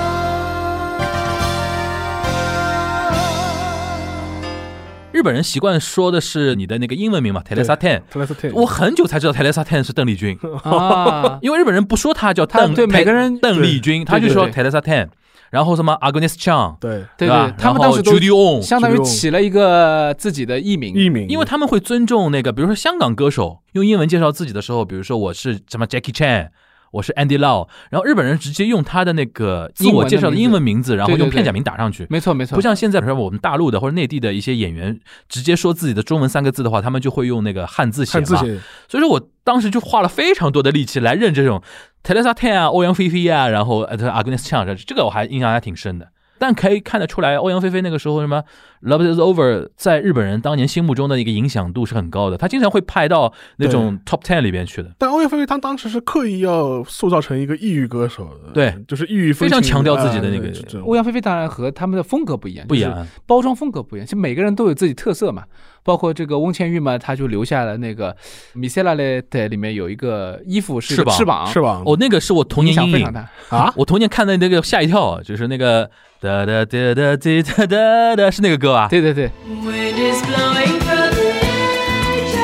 日本人习惯说的是你的那个英文名嘛，Teresa Ten，
特莱斯 t
我很久才知道 Teresa Ten 是邓丽 君，
啊，
因为日本人不说她叫
他
邓，
对
她
每个人
邓丽君，他就说
对
Teresa Ten，然后什么 Agnes Chang，
对
对
吧
对，？他们
然
当
后
时都
Judy On，
相当于起了一个自己的艺
艺
名，
名，
因为他们会尊重那个，比如说香港歌手用英文介绍自己的时候，比如说我是什么 Jackie Chan，我是 Andy Lau，然后日本人直接用他的那个自我介绍的英文名字，然后用片假名打上去。
嗯没错没错，
不像现在，比如说我们大陆的或者内地的一些演员，直接说自己的中文三个字的话，他们就会用那个汉字写
汉字
嘛。
写，
所以说我当时就花了非常多的力气来认这种 Teresa Tan 啊、欧阳菲菲啊，然后呃 Agnes Chang，这个我还印象还挺深的。但可以看得出来，欧阳菲菲那个时候什么《Love Is Over》在日本人当年心目中的一个影响度是很高的，她经常会派到那种 Top Ten 里边去的。
但欧阳菲菲她当时是刻意要塑造成一个异域歌手的，
对，
就是异域风
非常
情
强调自己的
啊
那个
对这种
欧阳菲菲当然和他们的风格不一样，
不一样
就是
啊，
包装风格不一样，其实每个人都有自己特色嘛。包括这个翁倩玉嘛，她就留下了那个《米塞拉勒》的里面有一个衣服是一个翅
翅膀
膀，
翅膀
哦，那个是我童
嗯影
年
响
阴
非
影
常。大。
啊，
我童年看的那个吓一跳，啊就是那个哒哒哒哒哒哒哒哒，是那个歌啊吧？
对对对，
Wind is blowing from Asia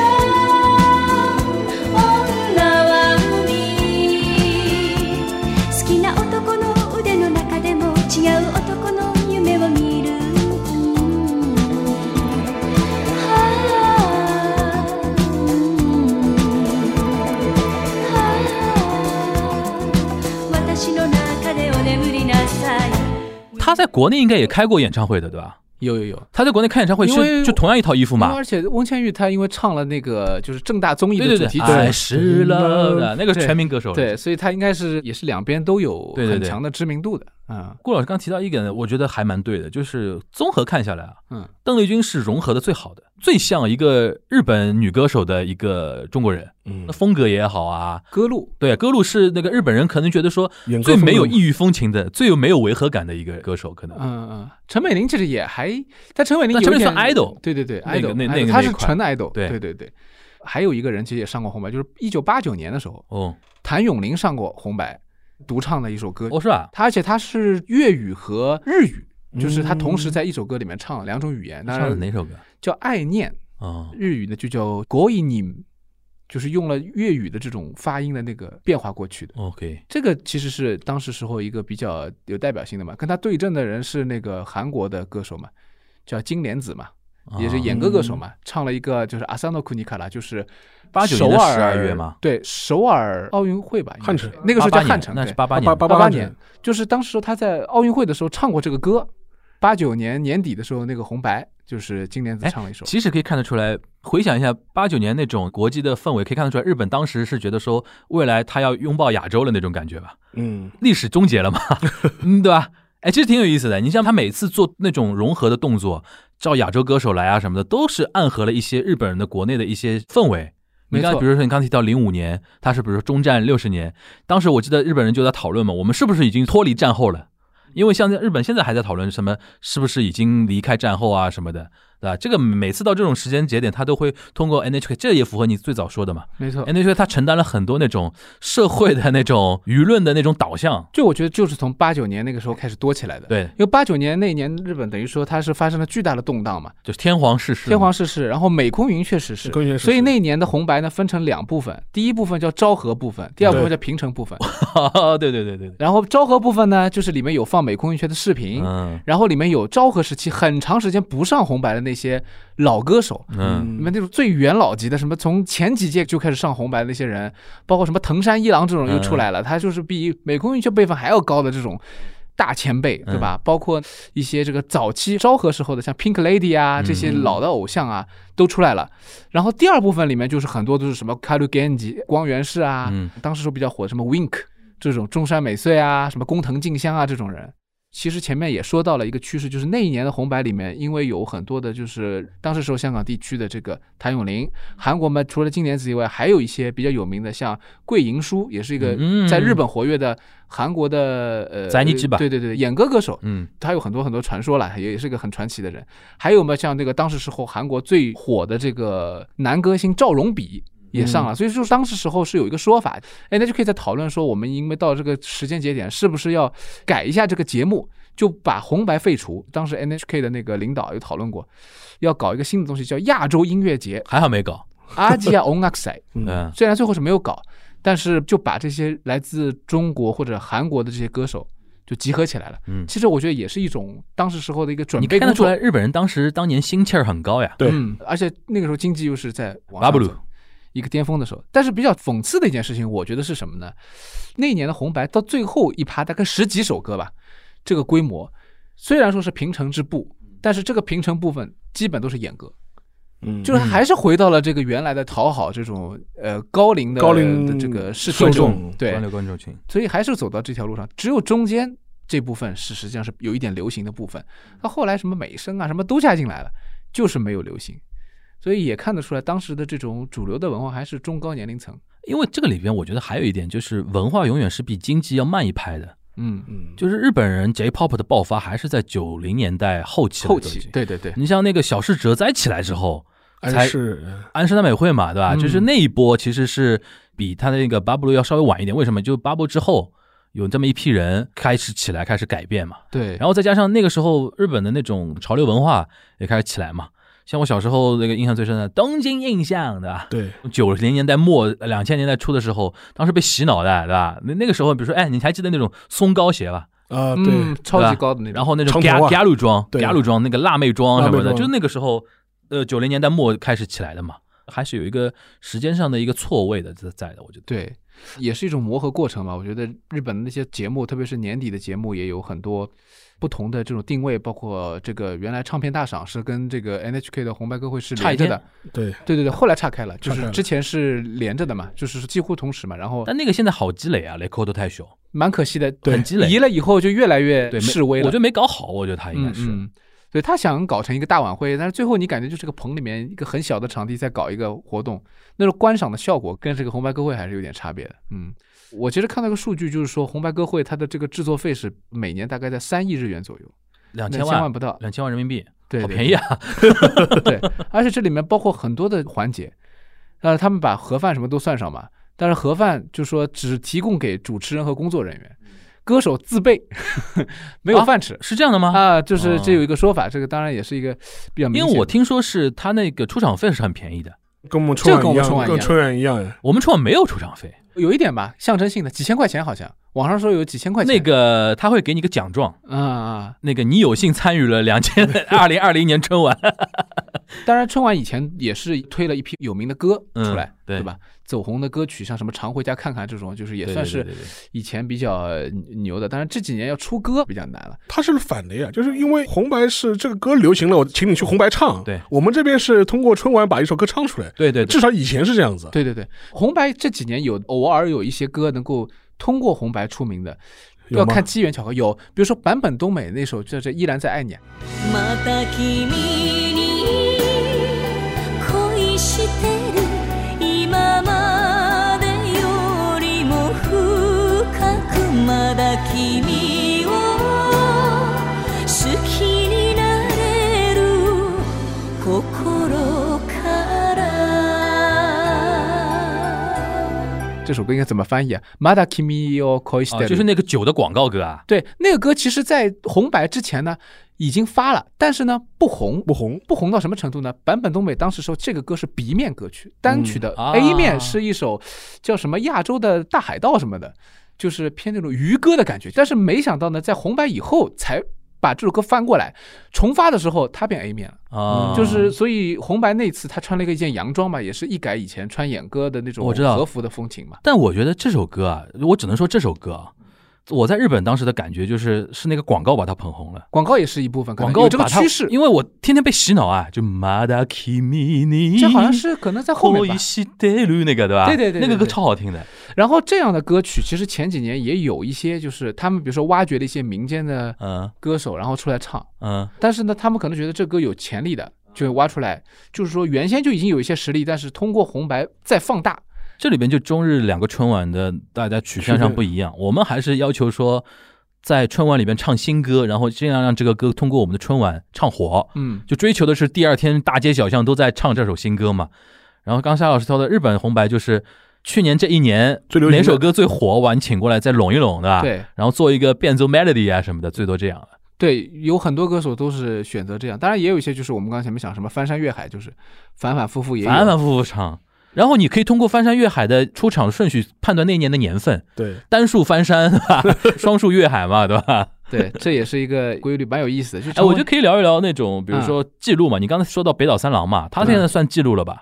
女は海
好きな男の腕の中でも違う男の夢を見るはあはあ私の中でお眠りなさい
他在国内应该也开过演唱会的，对吧？
有有有。
他在国内开演唱会
因为
是就同样一套衣服
因为
嘛？
而且翁倩玉她因为唱了那个就是正大综艺
对
的
对
主
对
题，曲，
爱是 love 的那个是
对
全民歌手。
对，，所以她应该是也是两边都有
对对
很
对
强的知名度的。嗯
顾老师刚提到一点，我觉得还蛮对的，就是综合看下来啊，
嗯，
邓丽君是融合的最好的，最像一个日本女歌手的一个中国人，
嗯
那，风格也好啊。
歌路
对，歌路是那个日本人可能觉得说
演歌
最没有
风格
异域风情的、最没有违和感的一个歌手，可能。
嗯嗯，陈美玲其实也还，但陈美玲
但
有
陈美
点
玲算 idol
对对对
那个
，idol，
那
idol，
那个
她
那
是
一块
纯 idol，
对
对对对。还有一个人其实也上过红白，就是一九八九年的时候，
哦，
谭咏麟上过红白，独唱的一首歌。
哦是吧？
他而且他是粤语和日语，就是他同时
嗯
在一首歌里面唱了两种语言，那
唱的哪首歌？
叫《爱念》，
哦，
日语呢就叫“国语你”，就是用了粤语的这种发音的那个变化过去的。
OK，
这个其实是当时时候一个比较有代表性的嘛，跟他对阵的人是那个韩国的歌手嘛，叫金莲子嘛，也
哦
是演歌歌
啊
手嘛，唱了一个就是阿萨诺库尼卡拉，就是
89
首
年的
尔
12月嘛
对，首尔奥运会吧，应该是
汉城
那个时候叫
88年
汉城，
那
对哦
是八八
八
年，
八
八
八
年，就是当时说他在奥运会的时候唱过这个歌，八九年年底的时候那个红白就是金莲子
哎
唱了一首，
其实可以看得出来，回想一下八九年那种国际的氛围，可以看得出来，日本当时是觉得说未来他要拥抱亚洲的那种感觉吧，
嗯，
历史终结 了嘛，嗯，对吧？哎，其实挺有意思的。你像他每次做那种融合的动作，叫亚洲歌手来啊什么的，都是暗合了一些日本人的国内的一些氛围。你
没
刚才
错
比。如说你刚提到零五年，他是比如说中战六十年，当时我记得日本人就在讨论嘛，我们是不是已经脱离战后了？因为像在日本现在还在讨论什么是不是已经离开战后啊什么的，对吧？这个每次到这种时间节点，他都会通过 NHK，这也符合你最早说的嘛。
没错，
NHK 他承担了很多那种社会的那种舆论的那种导向，
就我觉得就是从八九年那个时候开始多起来的。，
对，
因为八九年那一年日本等于说它是发生了巨大的动荡嘛，
就是天皇逝世，
天皇逝世，然后美空云确实是
美空云确实是
所以那一年的红白呢分成两部分，第一部分叫昭和部分，第二部分叫平成 部分。
对对对对对，
然后昭和部分呢，就是里面有放美空云雀的视频。
嗯
然后里面有昭和时期很长时间不上红白的那些老歌手，
嗯，
你们那种最元老级的，什么从前几届就开始上红白的那些人，包括什么藤山一郎这种又出
嗯
来了，他就是比美空云雀辈分还要高的这种大前辈，对
嗯
吧？包括一些这个早期昭和时候的，像 Pink Lady 啊
嗯
这些老的偶像啊、都出来了。然后第二部分里面就是很多都是什么 k a r u g e n j i 光源氏啊，
嗯
当时说比较火的什么 Wink 这种中山美穗啊，什么工藤静香啊这种人。其实前面也说到了一个趋势，就是那一年的红白里面，因为有很多的，就是当时时候香港地区的这个谭咏麟，韩国嘛，除了金莲子以外，还有一些比较有名的，像桂银淑，也是一个
嗯
在日本活跃的韩国的呃
宅尼基吧
对对对，演歌歌手，
嗯
他有很多很多传说了，也是个很传奇的人。还有嘛，像这个当时时候韩国最火的这个男歌星赵荣比也上了，所以说当时时候是有一个说法，哎，那就可以在讨论说，我们因为到这个时间节点，是不是要改一下这个节目，就把红白废除？当时 NHK 的那个领导有讨论过，要搞一个新的东西叫亚洲音乐节
还好没搞，
阿吉亚 o n a x a
嗯
虽然最后是没有搞，但是就把这些来自中国或者韩国的这些歌手就集合起来了。
嗯
其实我觉得也是一种当时时候的一个准
你
备
看
工
得出
作
来。日本人当时当年心气儿很高呀，
对
嗯，而且那个时候经济又是在往
巴
上
布鲁
走一个巅峰的时候。但是比较讽刺的一件事情，我觉得是什么呢？那一年的红白到最后一趴，大概十几首歌吧，这个规模虽然说是平成之部，但是这个平成部分基本都是演歌。
嗯，
就是还是回到了这个原来的讨好这种呃高龄的
高龄
的这个视
受
听
众
对
关，注观众群，
所以还是走到这条路上。只有中间这部分是实际上是有一点流行的部分。到后来什么美声啊什么都加进来了，就是没有流行，所以也看得出来当时的这种主流的文化还是中高年龄层。
因为这个里边，我觉得还有一点就是文化永远是比经济要慢一拍的。
嗯，
嗯，
就是日本人 J-pop 的爆发还是在九零年代后期了
后
都已
期
经
对对对，
你像那个小室哲哉起来之后，
安
才
室嗯
安室奈美惠嘛，对吧？
嗯
就是那一波其实是比他的那个 Bubble 要稍微晚一点。为什么？就 Bubble 之后有这么一批人开始起来，开始改变嘛。
对，
然后再加上那个时候日本的那种潮流文化也开始起来嘛。像我小时候那个印象最深的东京印象，对吧？
对，
九零年代末、两千年代初的时候，当时被洗脑的，对吧？那那个时候，比如说，哎，你还记得那种松糕鞋吧？
啊，
嗯
对，，
超
对
级
吧
高的那种。
然后那种
长头
ga
啊
ga 路装、
对
ga 路装那个辣妹装
辣
什
妹
么的，
装
就那个时候，呃，九零年代末开始起来的嘛，还是有一个时间上的一个错位的在在的，我觉得。
对，也是一种磨合过程吧。我觉得日本的那些节目，特别是年底的节目，也有很多不同的这种定位，包括这个原来唱片大赏是跟这个 NHK 的红白歌会是
差一
连着
天
的，
对，
对对对，后来岔开了，就
岔开
是
了
之前是连着的嘛，就是几乎同时嘛，然后
但那个现在好积累啊，雷扣都太小，
蛮可惜的，
很积累
移。了以后就越来越
对，
示威
没
了。
我觉得没搞好，我觉得他
嗯
应该是。
嗯对他想搞成一个大晚会，但是最后你感觉就是个棚里面一个很小的场地在搞一个活动，那种观赏的效果跟这个红白歌会还是有点差别的。嗯，我其实看到一个数据，就是说红白歌会它的这个制作费是每年大概在三亿日元左右，
两
两
千
千
万
万不到，
两千万人民币，
对，
好
对
便宜啊！
对，而且这里面包括很多的环节，呃，他们把盒饭什么都算上嘛，但是盒饭就说只提供给主持人和工作人员，歌手自备， 没有
嗯啊
饭吃。
是这样的吗？
啊，就是这
哦
有一个说法，这个当然也是一个比较明
因
显的。
为我听说是他那个出场费是很便宜的，
跟我们
这
春
个跟我
晚一
们
样，跟
春
春晚一样，
我们春晚没有出场费，
有一点吧，象征性的几千块钱好像，网上说有几千块钱。
那个他会给你个奖状，
啊啊，
那个你有幸参与了 两千二零二零年春晚，
当然春晚以前也是推了一批有名的歌
嗯
出来，
对
吧？走红的歌曲，像什么《常回家看看》这种，就是也
对
算
对
是
对对对
以前比较呃牛的。当然这几年要出歌比较难了。
它是反的呀，就是因为红白是这个歌流行了，我请你去红白唱，
对
我们这边是通过春晚把一首歌唱出来，
对对对
至少以前是这样子，
对对对，红白这几年有偶尔有一些歌能够通过红白出名的，
有
要
吗
看机缘巧合。有，比如说坂本冬美那首叫这《依然在爱你》，
また君に恋してる今までよりも深くまだ君を好きになれる心から
这首歌应该怎么翻译啊？まだ君を恋して
啊，
る。
就是那个酒的广告歌啊，
对，那个歌其实，在红白之前呢，已经发了，但是呢不红，
不红，
不红到什么程度呢？坂本冬美当时说这个歌是 B 面歌曲，单曲的
啊
A 面是一首叫什么亚洲的大海盗什么的，就是偏那种渔歌的感觉。但是没想到呢，在红白以后才把这首歌翻过来，重发的时候它变 A 面了，
啊，
嗯就是所以红白那次她穿了一个一件洋装嘛，也是一改以前穿演歌的那种
我知道
和服的风情嘛。
但我觉得这首歌啊，我只能说这首歌啊，我在日本当时的感觉就是是那个广告把它捧红了。
广告也是一部分，可
广
能
告
有这个
把它
趋势，
因为我天天被洗脑啊，就 Mada Kimi ni，
这好像是可能在后面吧
恋。してる那个对吧？
对对对对
那个歌
对
超好听的。
然后这样的歌曲，其实前几年也有一些，就是他们比如说挖掘了一些民间的
嗯
歌手，然后出来唱，
嗯，
但是呢，他们可能觉得这歌有潜力的，就挖出来，就是说原先就已经有一些实力，但是通过红白再放大。
这里边就中日两个春晚的大家取向上不一样，我们还是要求说。在春晚里边唱新歌，然后尽量让这个歌通过我们的春晚唱火。
嗯，
就追求的是第二天大街小巷都在唱这首新歌嘛。然后刚沙老师说的日本红白就是去年这一年
最流行
哪
的
首歌最火，我把你请过来再拢一拢，对吧？。
嗯对
然后做一个变奏 melody 啊什么的，最多这样了。
对，有很多歌手都是选择这样，当然也有一些就是我们刚才前面讲什么翻山越海，就是反反复复也有。
反反复复唱。然后你可以通过翻山越海的出场顺序判断那一年的年份，
对，
单数翻山， 对吧？双数越海嘛，对吧？
对，这也是一个规律，蛮有意思的。就
哎，
成为
我觉得可以聊一聊那种，
嗯
比如说记录嘛。你刚才说到北岛三郎嘛，他现在算记录了吧？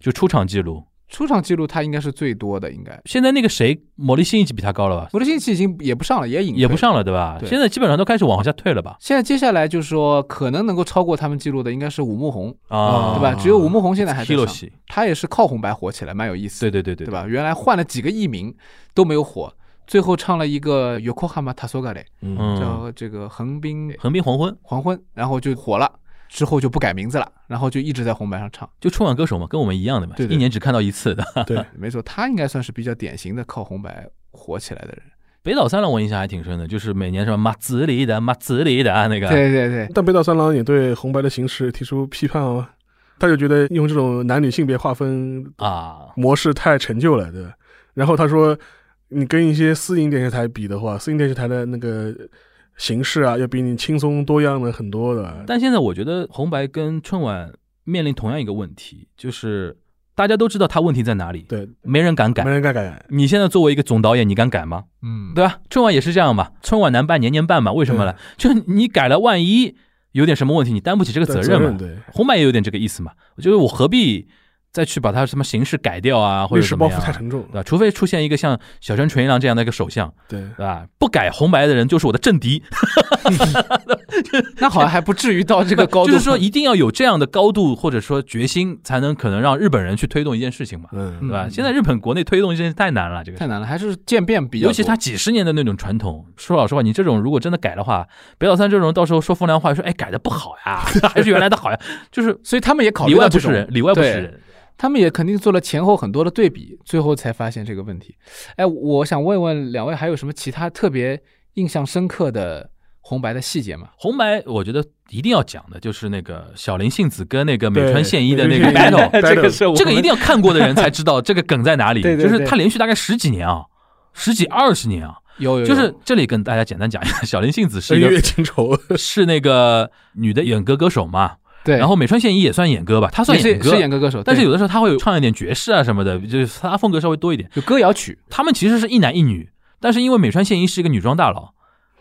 就出场记录。
出场记录他应该是最多的，应该。
现在那个谁，魔力新一级比他高了吧？
我的信息已经也不上了，也隐
也
退
不上了，对吧？
对
现在基本上都开始往下退了吧？
现在接下来就是说，可能能够超过他们记录的应该是武木红，
啊
哦对吧？只有武木红现在还在
Hiroshi
上，他也是靠红白火起来，蛮有意思。
对对对对
对？吧？原来换了几个艺名都没有火，最后唱了一个 Yokohama Tasogare，
嗯
嗯，
叫这个横滨
横滨黄昏
黄昏，然后就火了，之后就不改名字了，然后就一直在红白上唱。
就春晚歌手嘛，跟我们一样的嘛，
对对
一年只看到一次的。
对，
没错，他应该算是比较典型的靠红白火起来的人。
北岛三郎我印象还挺深的，就是每年什么马自里的马自里的那个，
对对对，
但北岛三郎也对红白的形式提出批判哦，他就觉得用这种男女性别划分
啊，
模式太陈旧了，对吧？然后他说，你跟一些私营电视台比的话，私营电视台的那个形式啊，要比你轻松多样的很多的。啊
但现在我觉得红白跟春晚面临同样一个问题，就是大家都知道它问题在哪里，
对，
没人敢
没
改。
人敢改。
你现在作为一个总导演，你敢改吗？
嗯，
对吧？春晚也是这样嘛，春晚难办年年办嘛，为什么呢？就是你改了，万一有点什么问题，你担不起这个责任嘛。
对，
红白也有点这个意思嘛，我觉得我何必再去把它什么形式改掉啊，或
历
者
史
怎
包
么
袱
样
太
啊？
沉重
对。吧？除非出现一个像小山纯一郎这样的一个首相，
对，
对吧？不改红白的人就是我的政敌，
那好像还不至于到 这个高度。
就是说一定要有这样的高度或者说决心，才能可能让日本人去推动一件事情嘛，
嗯
对吧？
嗯
现在日本国内推动一件事太难了，这个事
太难了，还是渐变比较多，
尤其他几十年的那种传统，说老实话，你这种如果真的改的话，北岛三这种到时候说风凉话，说哎改的不好呀， 还是原来的好呀，就是
所以他们也考
里
虑
外
到
不
这
是
种
人，里外不是
对
人。
他们也肯定做了前后很多的对比，最后才发现这个问题。哎，我想问问两位，还有什么其他特别印象深刻的红白的细节吗？
红白，我觉得一定要讲的就是那个小林幸子跟那个美
对
川宪一的
美
那个
川宪一
battle，
这个是
我
哎这个一定要看过的人才知道这个梗在哪里。
对对
就是
对
他连续大概十几年啊，十几二十年啊，
有有，
就是这里跟大家简单讲一下，小林幸 子是一
月
个
情 仇，
是那个女的演歌歌手嘛，
对，
然后美川宪一也算演歌吧，她算
也是
演歌，
是演歌歌手，
但是
对
有的时候他会唱一点爵士啊什么的，就是他风格稍微多一点。
有歌谣曲，
他们其实是一男一女，但是因为美川宪一是一个女装大佬，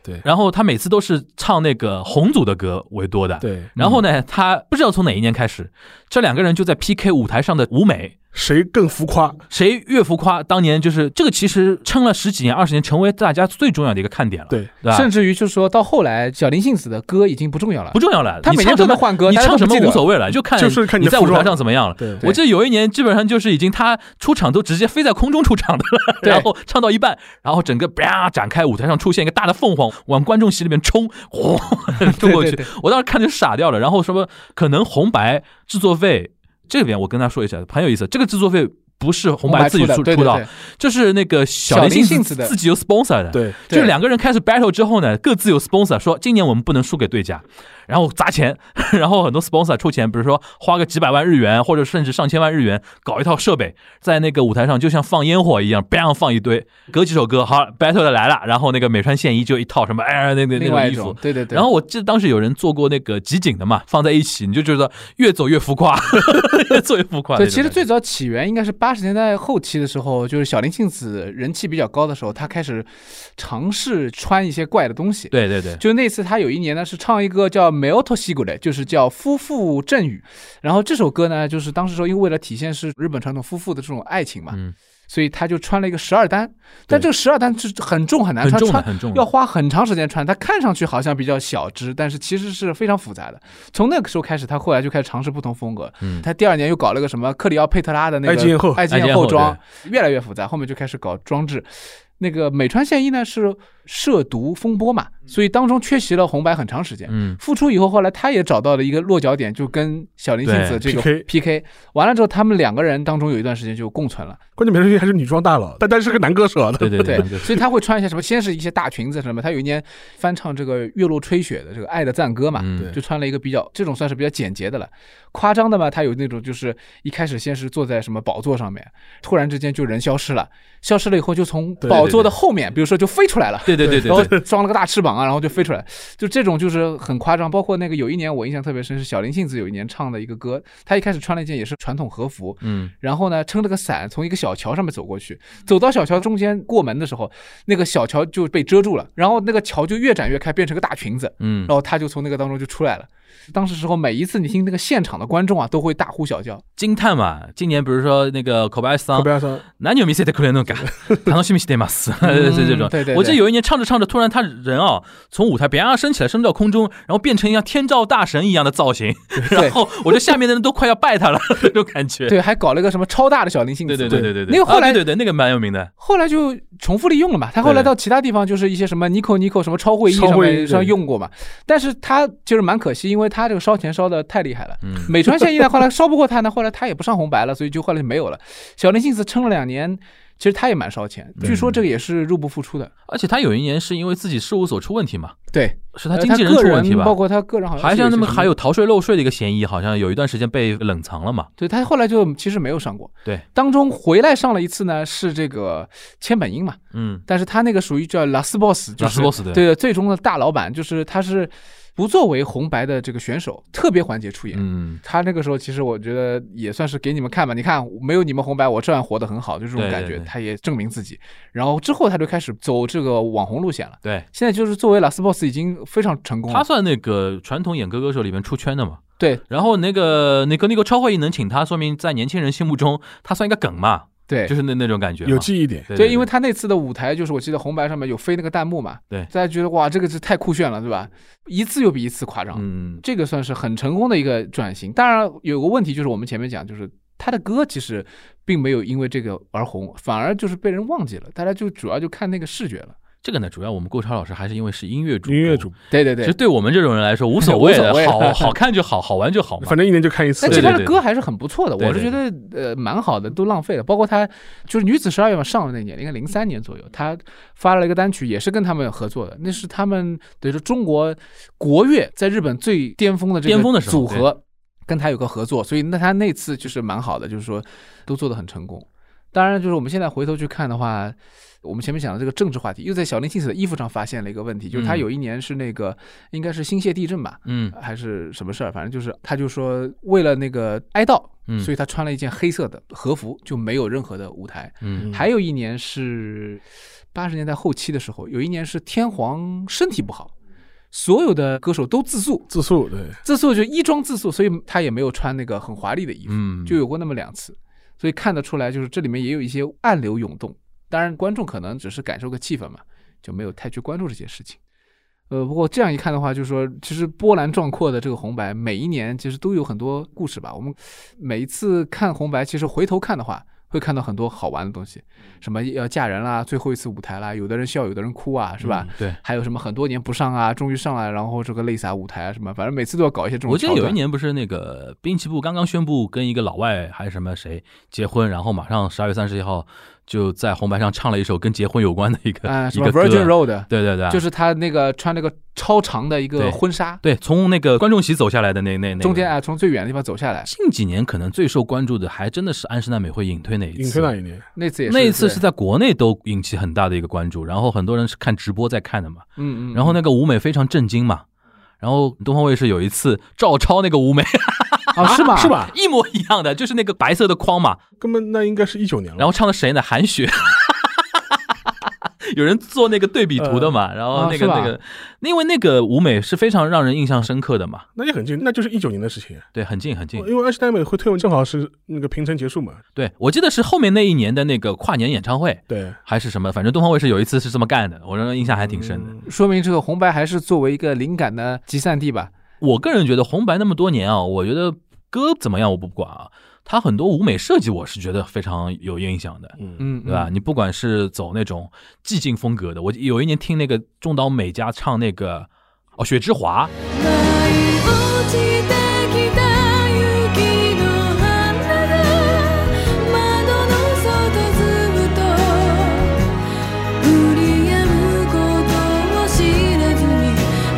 对
然后他每次都是唱那个红组的歌为多的。
对，
然后呢，他不知道从哪一年开始，这两个人就在 PK 舞台上的舞美，
谁更浮夸？
谁越浮夸。当年就是这个，其实撑了十几年、二十年，成为大家最重要的一个看点了。
对
对吧？
甚至于就是说到后来，小林幸子的歌已经不重要了，
不重要了，
他
你
每
唱
天
什
都
么
在换歌，
你
大家
唱
都
什
不
么
记得
无所谓了，就看
就是看
你
你的
在
服
舞台
装
上怎么样了。
对
我记得有一年，基本上就是已经他出场都直接飞在空中出场的 了，
对
然后唱到一半，然后整个啪展开，舞台上出现一个大的凤凰往观众席里面冲，轰 冲过
对
去
对，
我当时看的就傻掉了。然后什么可能红白制作费这边我跟他说一下，很有意思，这个制作费。不是红白自己出
出的
出到
对对，
就是那个小
小林
林
幸
子
子的
自己有 sponsor 的，
对，
就
对
是两个人开始 battle 之后呢，各自有 sponsor 说今年我们不能输给对家，然后砸钱， 然后很多 sponsor 出钱，比如说花个几百万日元或者甚至上千万日元搞一套设备，在那个舞台上就像放烟火一样，bang 放一堆，隔几首歌，好 battle 的来了，然后那个美川宪一就一套什么哎那那那
另外
种
一
衣
种
服。
对对对，
然后我记得当时有人做过那个集锦的嘛，放在一起，你就觉得越走越浮夸， 越走越浮夸那种感觉。
对，其实最早起源应该是八十年代后期的时候，就是小林幸子人气比较高的时候，她开始尝试穿一些怪的东西。
对对对，
就那次她有一年呢是唱一个叫《m e o t o s i g u r e 就是叫夫妇阵语。然后这首歌呢，就是当时说因为为了体现是日本传统夫妇的这种爱情嘛，
嗯
所以她就穿了一个十二单。但这个十二单是很重很难
很
穿，
重的
穿
很重的
要花很长时间穿，它看上去好像比较小只，但是其实是非常复杂的。从那个时候开始，他后来就开始尝试不同风格。
嗯
他第二年又搞了个什么克里奥佩特拉的那个
埃及艳后
埃及
埃及
艳
艳后
后装，越来越复杂，后面就开始搞装置。那个美川宪一呢是涉毒风波嘛，所以当中缺席了红白很长时间。
嗯，
复出以后，后来他也找到了一个落脚点，就跟小林幸子这
对
个
PK
PK 完了之后，他们两个人当中有一段时间就共存了。
关键美少女还是女装大佬，但但是个男歌手啊，
对对
对
对，对，
所以他会穿一些什么，先是一些大裙子什么。他有一年翻唱这个月落吹雪的这个《爱的赞歌》嘛，
嗯
对
就穿了一个比较这种算是比较简洁的了。夸张的嘛，他有那种就是一开始先是坐在什么宝座上面，突然之间就人消失了，消失了以后就从
对
宝座的后面，比如说就飞出来了。
对对对对
然后
对，
装了个大翅膀啊，然后就飞出来，就这种就是很夸张。包括那个有一年我印象特别深，是小林幸子有一年唱的一个歌，她一开始穿了一件也是传统和服，
嗯，
然后呢，撑着个伞从一个小桥上面走过去，走到小桥中间过门的时候，那个小桥就被遮住了，然后那个桥就越展越开，变成个大裙子，
嗯
然后他就从那个当中就出来了。当时时候每一次你听那个现场的观众啊，都会大呼小叫。
惊叹嘛！今年比如说那个口白桑
可不，要说
何を見せてくれるのか，楽しみにしています，
嗯
是这种。
对对对
我记得有一年唱着唱着，突然他人啊从舞台啪升起来，升到空中，然后变成一样天照大神一样的造型， 然后我觉得下面的人都快要拜他了那种感觉。
对，还搞了一个什么超大的小林幸子。
对对对对对对，
那个后来
啊对对对那个蛮有名的，
后来就重复利用了嘛。他后来到其他地方就是一些什么 Nico Nico 什么超会议
超
上
会议
面上
对
用过嘛。但是他就是蛮可惜，因为他这个烧钱烧的太厉害了。
嗯，
美川宪一呢，后来烧不过他呢，后来他也不上红白了，所以就后来就没有了。小林幸子撑了两年，其实他也蛮烧钱，
嗯
据说这个也是入不敷出的。
而且他有一年是因为自己事务所出问题嘛，
对，
是他
呃
经纪
个
出问题吧
包？括他个人好像
还
是
像
有
那么
些什
还有逃税漏税的一个嫌疑，好像有一段时间被冷藏了嘛。
对他后来就其实没有上过。
对，
当中回来上了一次呢，是这个千本樱嘛，
嗯，
但是他那个属于叫拉斯 boss，就是
Last Boss，对
对的，最终的大老板就是他是不作为红白的这个选手，特别环节出演。
嗯，
他那个时候其实我觉得也算是给你们看吧，你看没有你们红白，我照样活得很好，就这种
对
感
对
觉。
对
他也证明自己，然后之后他就开始走这个网红路线了。
对。
现在就是作为拉斯 boss 已经非常成功了
他。算那个传统演歌歌手里面出圈的嘛。
嗯对
然后那个那个那个超会议能请他，说明在年轻人心目中他算一个梗嘛，
对
就，是那那种感觉嘛。
有记忆点，
对
对，
对，
因为他那次的舞台就是我记得红白上面有飞那个弹幕嘛，
对
大家觉得哇，这个是太酷炫了，对吧？一次又比一次夸张，
嗯，
这个算是很成功的一个转型。当然有个问题就是我们前面讲，就是他的歌其实并没有因为这个而红，反而就是被人忘记了，大家就主要就看那个视觉了。
这个呢，主要我们顾超老师还是因为是音乐主
音乐主，，
对对
其
对
实，对我们这种人来说无所 谓
无
的
所，谓
好好看就好，好玩就好 嘛
反。正一年就看一次
但。其实
对
他
对
的歌还是很不错的，
对
我是觉得呃蛮好的，都浪费了。包括他就是女子十二月嘛上的那年，应该零三年左右，他发了一个单曲，也是跟他们合作的，那是他们等于说中国国乐在日本最巅峰的这
巅峰的
个
时候
组合，跟他有个合作，所以那他那次就是蛮好的，就是说都做得很成功。当然，就是我们现在回头去看的话，我们前面讲的这个政治话题，又在小林幸子的衣服上发现了一个问题，就是他
嗯
有一年是那个、应该是新泻地震吧，
嗯
还是什么事儿，反正就是他就说为了那个哀悼，
嗯
所以他穿了一件黑色的和服，就没有任何的舞台。
嗯
还有一年是八十年代后期的时候，有一年是天皇身体不好，所有的歌手都自诉，
自述对，
自诉就衣装自诉，所以他也没有穿那个很华丽的衣服，
嗯，
就有过那么两次，所以看得出来，就是这里面也有一些暗流涌动。当然，观众可能只是感受个气氛嘛，就没有太去关注这些事情。呃，不过这样一看的话，就是说，其实波澜壮阔的这个红白，每一年其实都有很多故事吧。我们每一次看红白，其实回头看的话，会看到很多好玩的东西，
嗯
什么要嫁人啦，最后一次舞台啦，有的人笑，有的人哭啊，是吧？
嗯对。
还有什么很多年不上啊，终于上来，然后这个泪洒舞台啊，什么，反正每次都要搞一些这种。
我记得有一，年不是那个滨崎步刚刚宣布跟一个老外还是什么谁结婚，然后马上十二月三十一号就在红白上唱了一首跟结婚有关的一个、
啊、
一
什么
个歌
Virgin Road，
对对对，
就是他那个穿那个超长的一
啊对
个婚纱，
对从那个观众席走下来的那那那个
中间啊从最远的地方走下来，
近几年可能最受关注的还真的是安室奈美惠隐退那一次。
隐退那一年，
那次也
那一次是
在
在国内都引起很大的一个关注，然后很多人是看直播在看的嘛。
嗯嗯，
然后那个舞美非常震惊嘛，然后东方卫视有一次照抄那个舞美
哦
啊
是吗
是？吧？
一模一样的，就是那个白色的框嘛，
根本那应该是一九年了。
然后唱的谁呢？韩雪。 有人做那个对比图的嘛，然后
呃
那个、
啊是吧
那个，因为那个舞美是非常让人印象深刻的嘛，
那也很近，那就是一九年的事情。
对，很近很
哦
近。
因为安室奈美惠退文正好是那个平成结束嘛，
对我记得是后面那一年的那个跨年演唱会，
对，
还是什么，反正东方卫视有一次是这么干的，我让人印象还挺深的。
嗯
说明这个红白还是作为一个灵感的集散地吧。
我个人觉得红白那么多年啊，我觉得歌怎么样我不管啊，它很多舞美设计我是觉得非常有影响的。
嗯，
嗯，
对吧？你不管是走那种寂静风格的，我有一年听那个中岛美嘉唱那个哦《雪之华》，
舞い落ちてきた雪の花が窓の外ずっと降りやむことを知らずに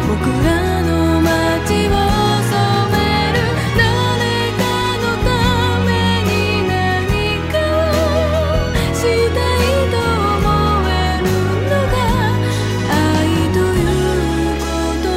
僕らの街を染める誰かのために何かをしたいと思えるのが愛ということ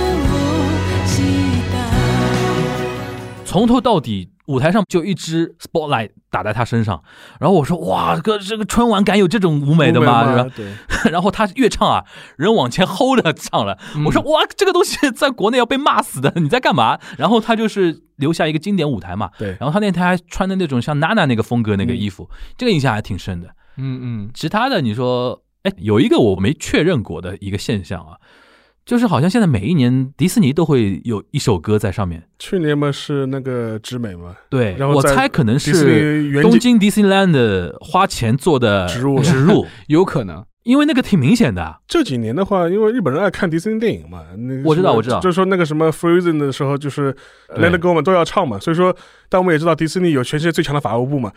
をした
从头到底舞台上就一支 spotlight 打在他身上，然后我说哇，这个这个春晚敢有这种舞美的吗？是吧？
对，
然后他越唱啊，人往前齁着唱了。
嗯
我说哇，这个东西在国内要被骂死的，你在干嘛？然后他就是留下一个经典舞台嘛。
对
然后他那天还穿的那种像娜娜那个风格那个
嗯
衣服，这个印象还挺深的。
嗯嗯
其他的你说，哎，有一个我没确认过的一个现象啊，就是好像现在每一年迪士尼都会有一首歌在上面。
去年嘛是那个直美嘛，
对，
然后
我
在
猜可能
迪
是
士尼原
东
景
京 Disneyland 花钱做的
植入了
植入，
有可能。
因为那个挺明显的。啊
这几年的话，因为日本人爱看迪士尼电影嘛，那个
我知道
什么
我知道
就是说那个什么 Frozen 的时候，就是
对
Let It Go 嘛，都要唱嘛，所以说，但我们也知道迪士尼有全世界最强的法务部 嘛，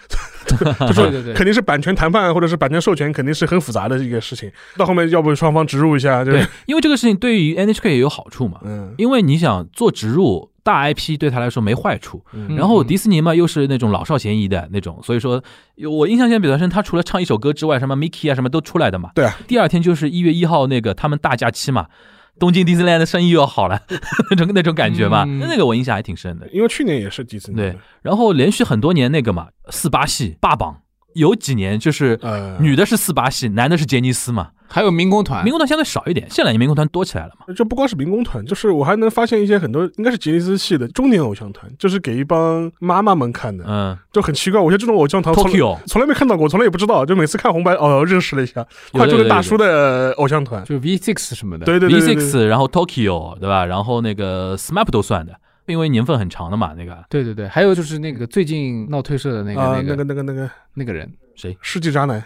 就
对
是
对对，
肯定是版权谈判或者是版权授权，肯定是很复杂的一个事情。到后面要不双方植入一下，就是
对，因为这个事情对于 NHK 也有好处嘛，
嗯，
因为你想做植入大 IP 对他来说没坏处，
嗯
然后迪士尼嘛又是那种老少咸宜的那种，所以说我印象现在比较深，他除了唱一首歌之外，什么 Mickey 啊什么都出来的嘛。
对啊，
第二天就是一月一号那个他们大假期嘛，东京迪士尼的生意又好了 那种那种感觉嘛，
嗯
那个我印象还挺深的。
因为去年也是迪士尼，
对，然后连续很多年那个嘛四八系霸榜，有几年就是
呃，哎
女的是四八系，男的是杰尼斯嘛，
还有民工团
民，工团相对少一点，这两年民工团多起来了嘛。
这不光是民工团，就是我还能发现一些很多应该是杰尼斯系的中年偶像团，就是给一帮妈妈们看的，
嗯
就很奇怪。我觉得这种偶像团从来
，Tokyo
从来没看到过，从来也不知道，就每次看红白哦，认识了一下，
有
快
的
就是
有的
大叔的偶像团，
就是 V six 什么的。
对对
V
对对对
Six，然后 Tokyo 对吧？然后那个 SMAP 都算的，因为年份很长的嘛。那个
对对对，还有就是那个最近闹退社的那个、
啊，
那
那
个
个那个那个
那个人，
世纪渣男，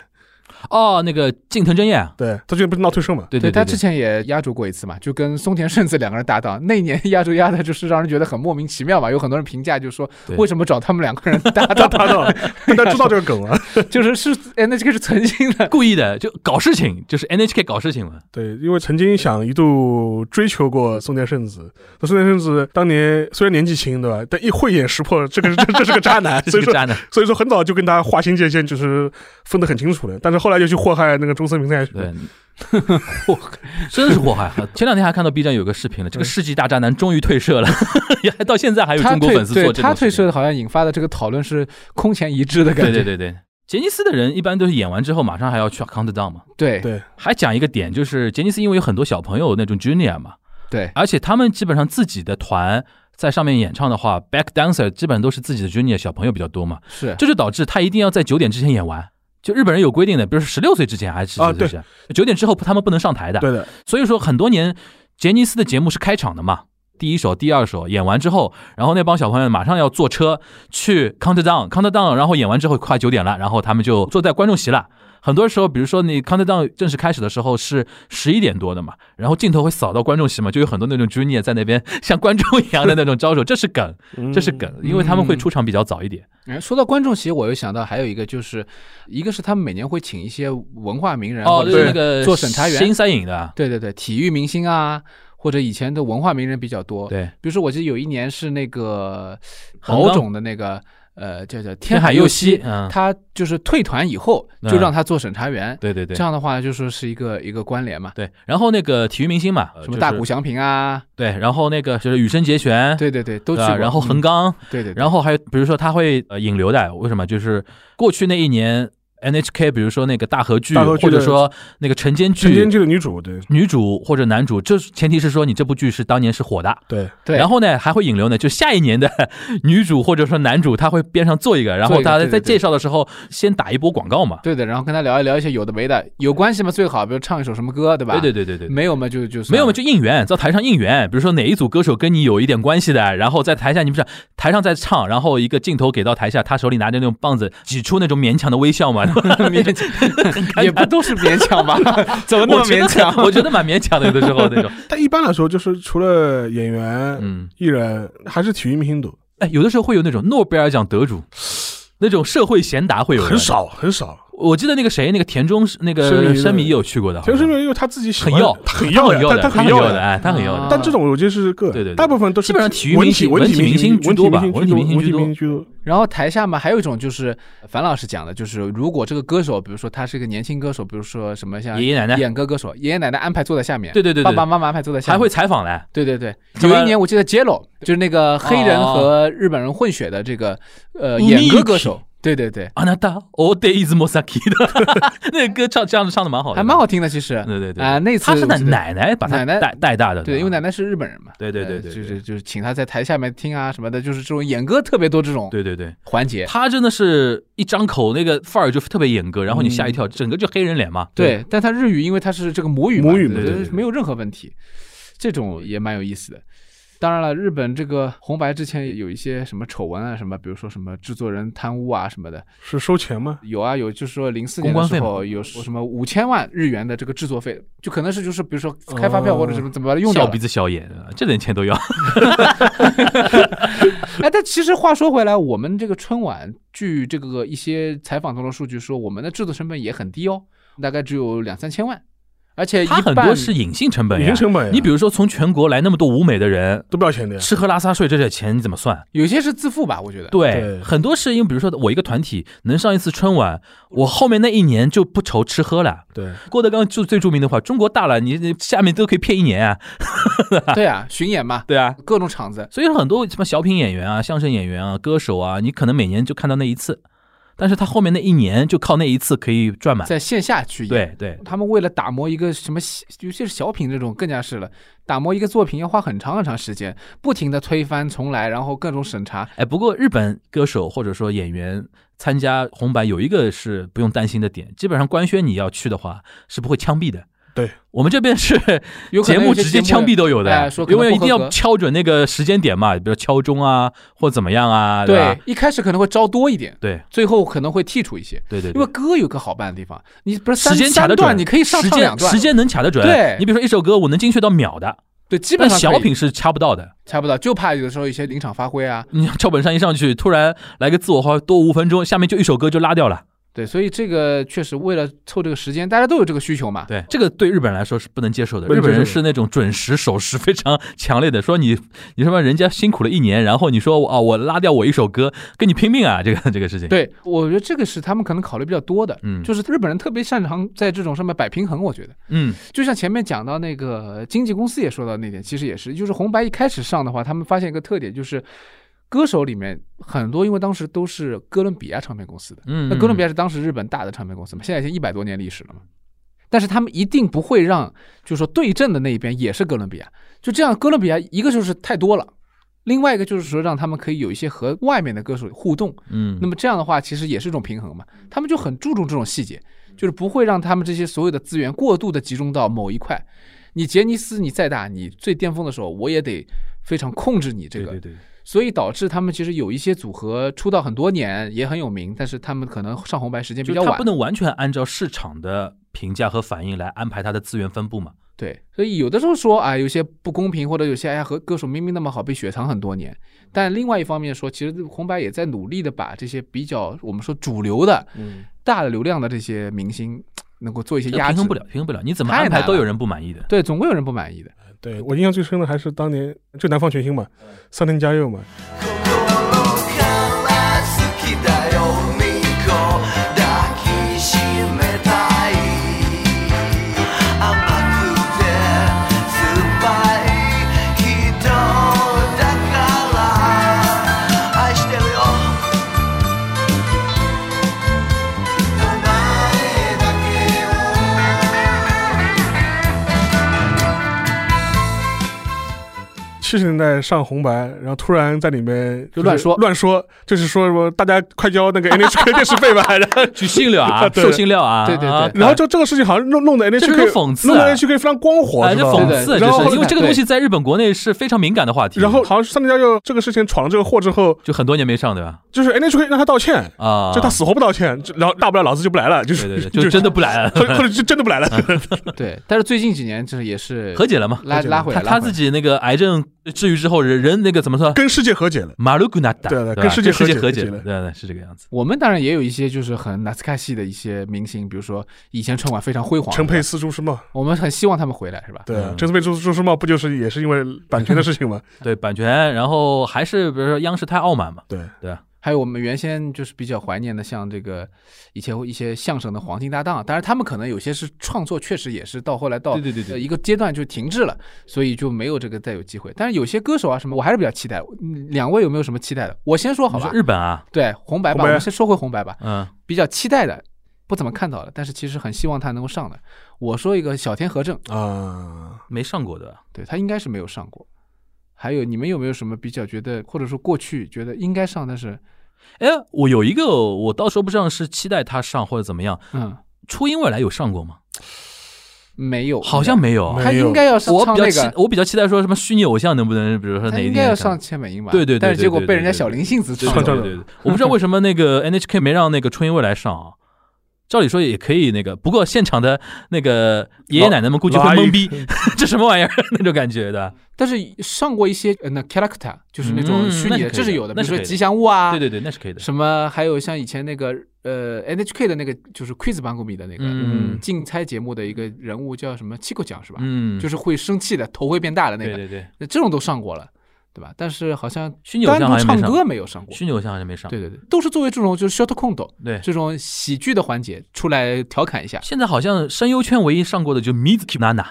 哦，那个近藤真彦，啊
对他最近不是闹退社 嘛？
对对，
他之前也压轴过一次嘛，就跟松田圣子两个人搭档，那一年压轴压的就是让人觉得很莫名其妙嘛，有很多人评价就说
对
为什么找他们两个人搭档，
搭档，大家知道这个梗了。
就是是 NHK 是存心的，
故意的就搞事情，就是 NHK 搞事情 嘛。
对，因为曾经想一度追求过松田圣子，那松田圣子当年虽然年纪轻，对吧？但一慧眼识破这个这这是个渣
啊
男，所
这
以
个
说
渣男，
所以说很早就跟他划清界限，就是分得很清楚了。但是后来又去祸害那个中森明菜，
对， 祸害，真是祸害。前两天还看到 B 站有个视频了，这个世纪大渣男终于退社了， 也还到现在还有
他
中国
退
粉丝
对
做这
他
种
退
事
社
情。
的好像引发的这个讨论是空前一致的感
对
觉，
对对对，杰尼斯的人一般都是演完之后马上还要去 count down 嘛。
对
对
还讲一个点，就是杰尼斯因为有很多小朋友那种 junior 嘛，
对
而且他们基本上自己的团在上面演唱的话，back dancer 基本上都是自己的 junior 小朋友比较多嘛，
是
这就导致他一定要在九点之前演完。就日本人有规定的，比如说十六岁之前还是
啊
几岁之前，九、点之后他们不能上台的。
对的，
所以说很多年杰尼斯的节目是开场的嘛，第一首、第二首演完之后，然后那帮小朋友马上要坐车去 count down count down，然后演完之后快九点了，然后他们就坐在观众席了。很多时候，比如说你 count down 正式开始的时候是十一点多的嘛，然后镜头会扫到观众席嘛，就有很多那种 junior 在那边像观众一样的那种招手，这是梗，这
嗯
是梗，因为他们会出场比较早一点。
哎说到观众席，我又想到还有一个，就是一个是他们每年会请一些文化名人，
哦，
或者
就是
是
那个
做审查员
新三影的，
对对对，体育明星啊，或者以前的文化名人比较多。，
对，
比如说我记得有一年是那个
韩
郝
钢
总的那个呃叫叫
天海
佑
佑希，嗯，
他就是退团以后就
嗯
让他做审查员，
对对对
这样的话就说是一个一个关联嘛，
对，然后那个体育明星嘛，
什么大
呃就是
谷翔平 啊，
对，然后那个就是羽生结弦，
对对对，都
对
去过，
吧，然后
嗯
横纲，
对对，对
然后还有比如说他会呃引流的，为什么？就是过去那一年 NHK，比如说那个大河剧，
大河剧
或者
的
说那个晨间
晨间
剧。
剧的女主，对
女主或者男主，这是前提是说你这部剧是当年是火的，
对，
对
然后呢还会引流呢，就下一年的 女主或者说男主他会边上做一个，然
做
后
一个
大家
对对
在
对
介绍的时候先打一波广告嘛，
对的，然后跟他聊一聊一些有的没的，有关系嘛最好，比如唱一首什么歌，对吧？
对对对对对，对
没有嘛就就算
没有嘛
了
就应援，在台上应援，比如说哪一组歌手跟你有一点关系的，然后在台下你不是台上在唱，然后一个镜头给到台下，他手里拿着那种棒子，挤出那种勉强的微 笑嘛，
也不都是勉强 吧？怎么那么
我觉得
勉强？
我觉得蛮勉强的，有的时候那种。
但一般来说，就是除了演员、
嗯，
艺人，还是体育明星多，
哎，有的时候会有那种诺贝尔奖得主，那种社会贤达会有的
很。少很少。
我记得那个谁，那个田中是那
生米
个
的
山米也有去过的，好
田
像
生明因为他自己喜欢
很要，
他很要
很要
的，他
他
很
要
的
的，。哎，他很要
啊
的。
但这种我觉得是个，
对对对
大部分都是
基本上体育
文
明
体
星
文
文
体
体明星居
文体
多吧
文
文
体
体
明
明星
文体
居多
明星居多。
然后台下嘛，还有一种就是樊老师讲的，就是如果这个歌手，比如说他是一个年轻歌手，比如说什么像
爷爷奶奶
演歌歌手，爷爷奶奶安排坐在下面，
对对对对
爸爸妈妈安排坐在下面，
还会采访嘞，
对对对，
什么
有一年我记得 Jello 就是那
哦
个黑人和日本人混血的这个呃演歌歌手，对对对，
啊，那大 all day is Mosaki 的 那个歌唱这样唱的蛮好的，
还蛮好听的其实。
对对对
啊那次
他是
我
奶
记得
奶奶把
奶
他
奶
带带大的，
对，因为奶
奶
奶是日本人嘛，
对对
呃
对对对
就是就是请她在台下面听啊什么的，就是这种演歌特别多这种
对对对，
环节。
他真的是一张口那个范儿就特别演歌，然后你吓一跳，整个就黑人脸嘛，
嗯对，但他日语因为他是这个母语嘛，
母语
对
嘛
对
对
对没有任何问题，这种也蛮有意思的。当然了，日本这个红白之前也有一些什么丑闻啊，什么比如说什么制作人贪污啊什么的，
是收钱吗？
有啊有，就是说零四
公
年的
关
时
费嘛
候有什么五千万日元的这个制作费，就可能是就是比如说开发票或者什么怎么把它用掉
哦小
了
鼻子小眼，呃这点钱都要。
哎，但其实话说回来，我们这个春晚，据这个一些采访中的数据说，我们的制作成本也很低哦，大概只有两三千万，而且一
他
半
很多是隐性成本呀，
隐性成本呀
你比如说从全国来那么多舞美的人，
都不要钱的呀。
吃喝拉撒睡这点钱你怎么算？
有些是自负吧，我觉得。
对
对，
很多是因为比如说我一个团体能上一次春晚，我后面那一年就不愁吃喝了。
对，
郭德纲就最著名的话，中国大了，你你下面都可以骗一年啊，
对啊，巡演嘛，
对啊。
各种场子，
所以很多什么小品演员啊、相声演员啊、歌手啊，你可能每年就看到那一次，但是他后面那一年就靠那一次可以赚满。
在线下去演。
对对，
他们为了打磨一个什么戏，尤其是小品这种更加是了，打磨一个作品要花很长很长时间，不停的推翻重来，然后各种审查。
哎，不过日本歌手或者说演员参加红白有一个是不用担心的点，基本上官宣你要去的话是不会枪毙的。
对，
我们这边是
有可
节
能
目
有些
直接
节目
枪毙都有
哎
的
说，可
因
能
为
不
一定
合格
要敲准那个时间点嘛，比如敲钟啊或怎么样啊，对吧
对？，一开始可能会招多一点，
对
最后可能会剔除一些。
对对
因为
对。
歌有个好办的地方，你不是三
时间卡
三
得
段，
准，
你可以上
时
唱两
间
段，
时间能卡得准。
对
你比如说一首歌，我能精确到秒的，
对，基本
但
上可以
小品是掐不到的。
猜不到，就怕有的时候一些临场发挥啊，
你像赵本山一上去，突然来个自我发挥，多五分钟，下面就一首歌就拉掉了。
对，所以这个确实为了凑这个时间，大家都有这个需求嘛，
对，这个对日本人来说是不能接受的。
不能
日本人
接受
是那种准时守时非常强烈的，说你你什么人家辛苦了一年，然后你说啊、我拉掉我一首歌，跟你拼命啊，这个这个事情。，
对，我觉得这个是他们可能考虑比较多的，
嗯
就是日本人特别擅长在这种上面摆平衡，我觉得，
嗯，
就像前面讲到那个经纪公司也说到那点，其实也是，就是红白一开始上的话，他们发现一个特点就是。歌手里面很多，因为当时都是哥伦比亚唱片公司的，
嗯
那哥伦比亚是当时日本大的唱片公司嘛，现在已经一百多年历史了嘛。但是他们一定不会让，就是说对阵的那一边也是哥伦比亚，就这样，哥伦比亚一个就是太多了，另外一个就是说让他们可以有一些和外面的歌手互动，
嗯，
那么这样的话，其实也是一种平衡嘛。他们就很注重这种细节，就是不会让他们这些所有的资源过度的集中到某一块。你杰尼斯你再大，你最巅峰的时候，我也得非常控制你这个。
对，
所以导致他们其实有一些组合出道很多年，也很有名，但是他们可能上红白时间比较
就他
晚
不。能完全按照市场的评价和反应来安排他的资源分布嘛。
对，所以有的时候说啊，有些不公平，或者有些哎呀，和歌手明明那么好，被雪藏很多年。但另外一方面说，其实红白也在努力的把这些比较我们说主流的、
嗯，
大的流量的这些明星，能够做一些
这个
压
平
制
衡不。了，平衡不了，你怎么
太
安排
难
都
了
有人不满意 的。
对，总会有人不满 意的。
对我印象最深的还是当年就南方全星嘛，三天加油嘛，
心から好きだよニコ抱きしめたい甘くて酸っぱい人だから愛してるよお前だけ
七十年代上红白，然后突然在里面
就乱说
是乱说，就是说什么大家快交那个 NHK 电视费吧， 然后
举信料 啊，
对
授信料啊，
对对对
啊
然后就这个事情好像弄弄得
这
NHK
个是讽刺啊
弄得 NHK 非常光火，
哎，
是
这
吧
讽
对
刺，
然
这
后
是因为这个
对
东西在日本国内是非常敏感的话题。
然后好像是三天加油这个事情闯了这个祸之后，
就很多年没上，对吧？
就是 NHK 让他道歉，
啊，
就他死活不道歉，就然后大不了老子就不来了，就是
对 对对，
就
就真的不来了，
或者或者就真的不 来了。
对，但是最近几年就是也是
和解了嘛。
拉拉回来，
他
拉回来
他自己那个癌症治愈之后，人人那个怎么说？
跟世界和解了。
马鲁古纳达，
对对
吧
跟世界
世界
和
和
解
解
了
了，对对是这个样子。
我们当然也有一些就是很纳斯卡系的一些明星，比如说以前春晚非常辉煌，
陈佩斯、朱时茂，
我们很希望他们回来，是吧？
对，啊
嗯
陈佩斯、朱时茂不就是也是因为版权的事情吗？
对版权，然后还是比如说央视太傲慢嘛，
对，
还有我们原先就是比较怀念的，像这个以前一些相声的黄金搭档，啊当然他们可能有些是创作，确实也是到后来到
对对对对
呃一个阶段就停滞了，所以就没有这个再有机会。但是有些歌手啊什么，我还是比较期待。嗯两位有没有什么期待的？我先说好
你
吧
说。日本啊，
对红白吧，
红白
我们先说回红白吧。
嗯，
比较期待的，不怎么看到了，但是其实很希望他能够上的。我说一个小天和正，
啊，
没上过的，
对他应该是没有上过。还有你们有没有什么比较觉得，或者说过去觉得应该上，但是
哎，我有一个，我到时候不知道是期待他上或者怎么样。
嗯
初音未来有上过吗？
没有，
好像没有。啊
没
他应该要上
我
唱
比较
那
期
个，，
我比较期待说什么虚拟偶像能不能，比如说
他
哪一
应
天
该要
上
上。千本樱吧？
对对对对
但是结果
对对
被人家
对对
小林幸子
对
唱
对
了。
对对，对我不知道为什么 那个 NHK 没让那个初音未来上啊。照理说也可以那个，不过现场的那个爷爷奶奶们估计会懵逼， 这什么玩意儿 那种感觉的。
但是上过一些呃那 character，就是那种
嗯
虚
那
拟的，
是可以
这是
的
有的，比
那
如
是
说
可以的
吉祥物啊，
对对对，那是可以的。
什么还有像以前那个呃 NHK 的那个就是 Quiz 班公比的那个
嗯
竞猜节目的一个人物叫什么七口奖是吧？
嗯，
就是是会生气的，头会变大的那
对
个，
对对，
那这种都上过了，对吧？但是好像
虚拟偶
单
像
独
好像
唱
没上
歌，没有上过。
虚拟偶像好像没上。
对对对，都是作为这种就是 short condo
对
这种喜剧的环节出来调侃一下
现在好像声优圈唯一上过的就 Mizuki Nana，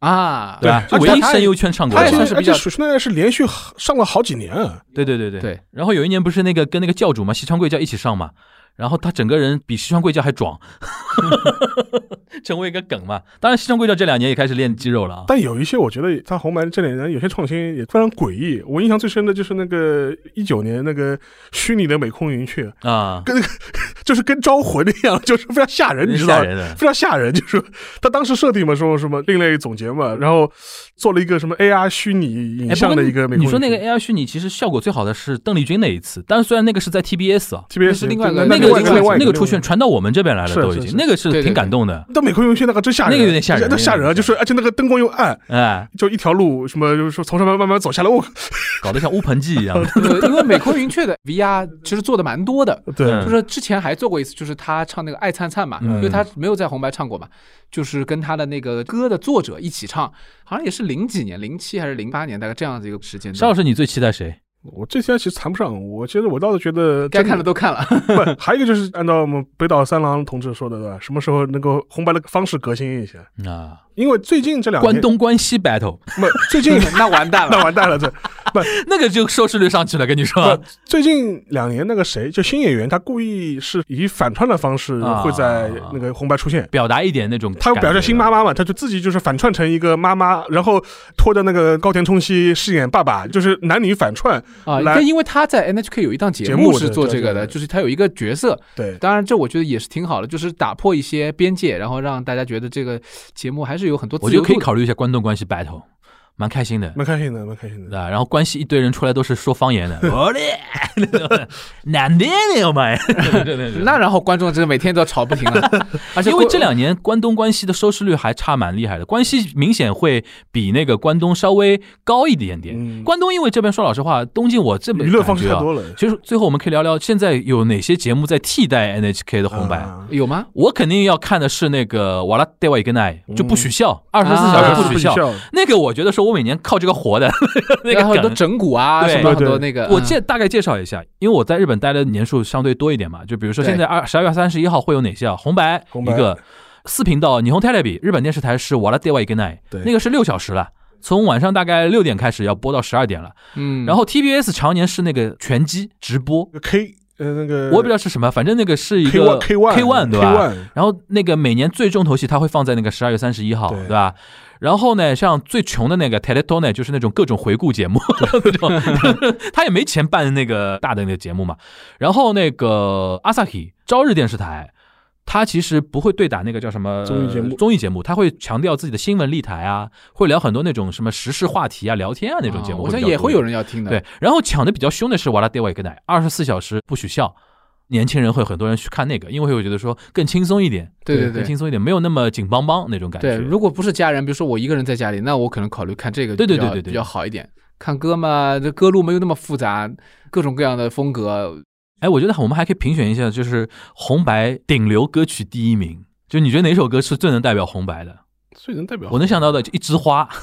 啊。
吧？
对
就
而
唯
且
一
他
声优圈上过
他
的
也
而
算
吧。
是
且
比
而
较
且水奈是连续上了好几年啊，
对对对对
对
然后有一年不是那个跟那个教主嘛，西川贵教一起上嘛，然后他整个人比西川贵教还壮， 成为一个梗嘛。当然，西川贵教这两年也开始练肌肉了啊。
但有一些我觉得他红白这两年有些创新也非常诡异。我印象最深的就是那个一九年那个虚拟的美空云雀，
啊，
就是跟招魂一样，就是非常吓人，你知道
吓
吗？
人的。
非常吓人，就是他当时设定嘛，说什么另类总结嘛，然后做了一个什么 AR 虚拟
哎，
影
不
像
过
的一个美空
你
云雀。
说那个 AR 虚拟，其实效果最好的是邓丽君那一次，但是虽然那个是在 TBS 啊，
TBS
是另外一个
那
那个
另外一
个
另外一
那
个
个出现。传到我们这边来了，
是
都已
是
经
是
那个是
对对
挺感动的，
但美空云雀那个真吓人，
那个有点吓人
那吓人啊！
那个有点吓人
就是而且那个灯光又暗，
哎，
就一条路什么就是说从上面慢慢走下来，我
搞得像乌盆记一 样。
对因为美空云雀的 VR 其实做的蛮多的，
对
嗯
就是之前还做过一次，就是他唱那个《爱灿灿》嘛，
嗯
因为他没有在红白唱过嘛，就是跟他的那个歌的作者一起唱，好像也是零几年，零七还是零八年，大概这样子一个时间
邵老
段。
师，你最期待谁？
我这些其实谈不上，我觉得我倒是觉得
该看的
的
都看了，
不，还有一个就是按照我们北岛三郎同志说的，对吧？什么时候能够红白的方式革新一下？
啊，
因为最近这两
关
年，
东关西 battle，
不，最 近
那完蛋
那
了。
完蛋了，这
那个就收视率上去了，跟你说
不。最近两年那个谁，就新演员，他故意是以反串的方式
啊
会在那个红白出现。
表达一点那种，
他表现新妈
妈，
妈嘛，他就自己就是反串成一个妈妈，然后拖着那个高田充希饰演爸
嗯
爸，就是男女反串。
啊，
来
但因为他在 NHK 有一档节
节目
目是
对
做
对
这个
对
的，
对
就是他有一个角色，
对，
当然这我觉得也是挺好的，就是打破一些边界，然后让大家觉得这个节目还是有很多
我
自
觉
由
得可以
度的。
考虑一下关东关西 battle，蛮开心的。
蛮开心的，蛮开心的。
啊，然后关系一堆人出来都是说方言 的，我嘞，那种难的呢，我们。
那然后观众真的每天都吵不停了，而且
因为
观
这两年关东关西的收视率还差蛮厉害的，关西明显会比那个关东稍微高一点
嗯
点。关东因为这边说老实话，东京我这边
娱乐方式
感觉
太
啊
多了。
其实最后我们可以聊聊现在有哪些节目在替代 NHK 的红白。
啊
有吗？
我肯定要看的是那个《瓦拉戴瓦伊根奈》，就不许笑，二十四
啊
小
啊
时
不
许
笑
笑。，那个我觉得是我每年靠这个活的， 那
然后
个
很多
梗。
整蛊啊，
对
什么很多
对对
那个，
我
嗯
介大概介绍一下，因为我在日本待的年数相对多一点嘛，就比如说现在二十二月三十一号会有哪些啊？红白
红白
一个，四频道霓虹 t e l e b 日本电视台是《瓦拉戴瓦伊根奈》，
对
那个是六小时了，从晚上大概六点开始要播到十二点了。
嗯，
然后 TBS 常年是那个拳击直播，
那个 K 呃那个，
我也不知道是什么，反正那个是一
K
个
one K one
K one 对吧
K one
然后那个每年最重头戏，它会放在那个十二月三十一号，
对
对吧？然后呢，像最穷的那个 t e l e t o n 呢，就是那种各种回顾节目， 那种他也没钱办那个大的那个节目嘛。然后那个 Asahi 朝日电视台，他其实不会对打那个叫什么
综艺节目
综艺节目他会强调自己的新闻立台啊，会聊很多那种什么时事话题啊、聊天啊那种节目，
哦我想也会有
人
人要听的。
对。然后抢的比较凶的是《瓦拉迪瓦格奶》，二十四小时不许笑，年轻人会很多人去看那个，因为我觉得说更轻松一点，
对对
更轻松一点，没有那么紧邦邦那种感
对，
觉。
如果不是家人，比如说我一个人在家里，那我可能考虑看这个
对对
比较
对对对
比较好一点。看歌嘛，这歌路没有那么复杂，各种各样的风格。
哎，我觉得我们还可以评选一下，就是红白顶流歌曲第一名，就你觉得哪首歌是最能代表红白的？
最能代表
我能想到的就一枝花。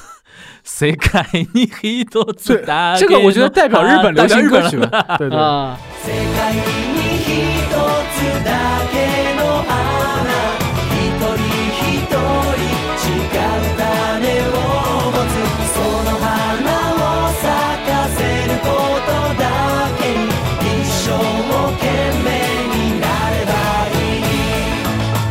谁看你黑多自大？
这个我觉得代表日本流
啊代表
行
日本
歌曲
了。
了
对对，
啊，
世界に一つだけの花一人一人違う種を持つその花を咲かせることだけに一生懸命になればいい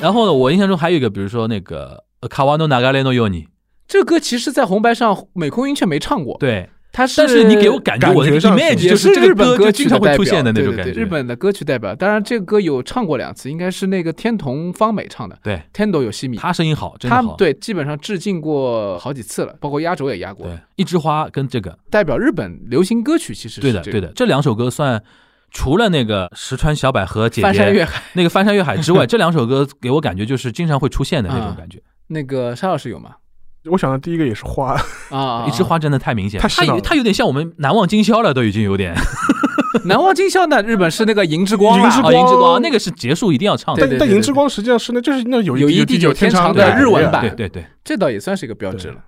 然后呢，我印象中还有一个，比如说那个《卡瓦诺纳嘎雷诺尤尼》，
这歌其实，在红白上美空云却没唱过。，
对，
它是
但是你给我感觉
感
我的
觉上
image
是
也
哎就是这
日
个
本
歌就
曲
经常
的代
会出
表
现的那种
对对
感觉。
对日本的歌曲代表，当然这个歌有唱过两次，应该是那个天童方美唱的
对
《Tendo 有西米》，
他声音好，真的
他
好。
对基本上致敬过好几次了，包括压轴也压过
对。，一枝花跟这个，
代表日本流行歌曲其实是
对的
这
对
个
的，这两首歌算除了那个石川小百合姐
翻山越
姐
海
那个翻山越海之外，这两首歌给我感觉就是经常会出现的那种感觉。
那个沙老师有吗？
我想到第一个也是花，
啊啊，啊
一枝花真的太明显，
太
他
洗脑
有
了
他有点像我们难忘今宵了，都已经有点。
啊难忘今宵呢，日本是那个银之光
银之
啊
哦，
光
银之光那个是结束一定要唱
对
的。
但但银之光实际上是那就是那有
有一
地
地久天
天
长
的啊
的日文
改
版
对对对，
这倒也算是一个标志
对
了。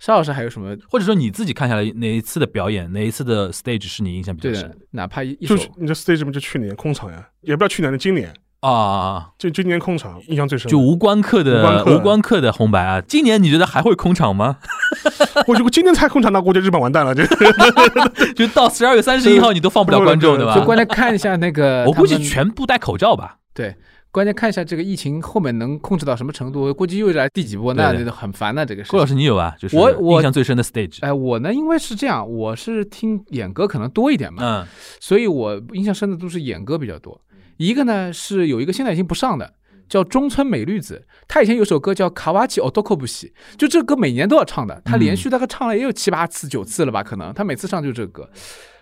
沙老师还有什么？
或者说你自己看下来哪一次的表演，哪一次的 stage 是你印象比
对
较深
的，哪怕一一首
就，你这 stage 嘛，就去年空场呀，也不知道去年的今年，
啊啊？啊
就今年空场印象最深。
就无关客
无关客
的
的
无关客的红白啊，今年你觉得还会空场吗？
我就今年才空场，那估计日本完蛋了。这
就到十二月三十一号你都放不了观众，
对
对吧？
就关键看一下那个他们，
我估计全部戴口罩吧。
对。关键看一下这个疫情后面能控制到什么程度，估计又来第几波，那
对对
就很烦呐。这个事
郭老
情。
师，你有啊？就是
我我
印象最深的 stage。
哎，我呢，因为是这样，我是听演歌可能多一点嘛，
嗯，
所以我印象深的都是演歌比较多。一个呢是有一个现在已经不上的，叫中村美律子，她以前有首歌叫《卡瓦奇奥多科布西》，就这歌每年都要唱的，她
嗯
连续大概唱了也有七八次、九次了吧，可能她每次上就这个歌。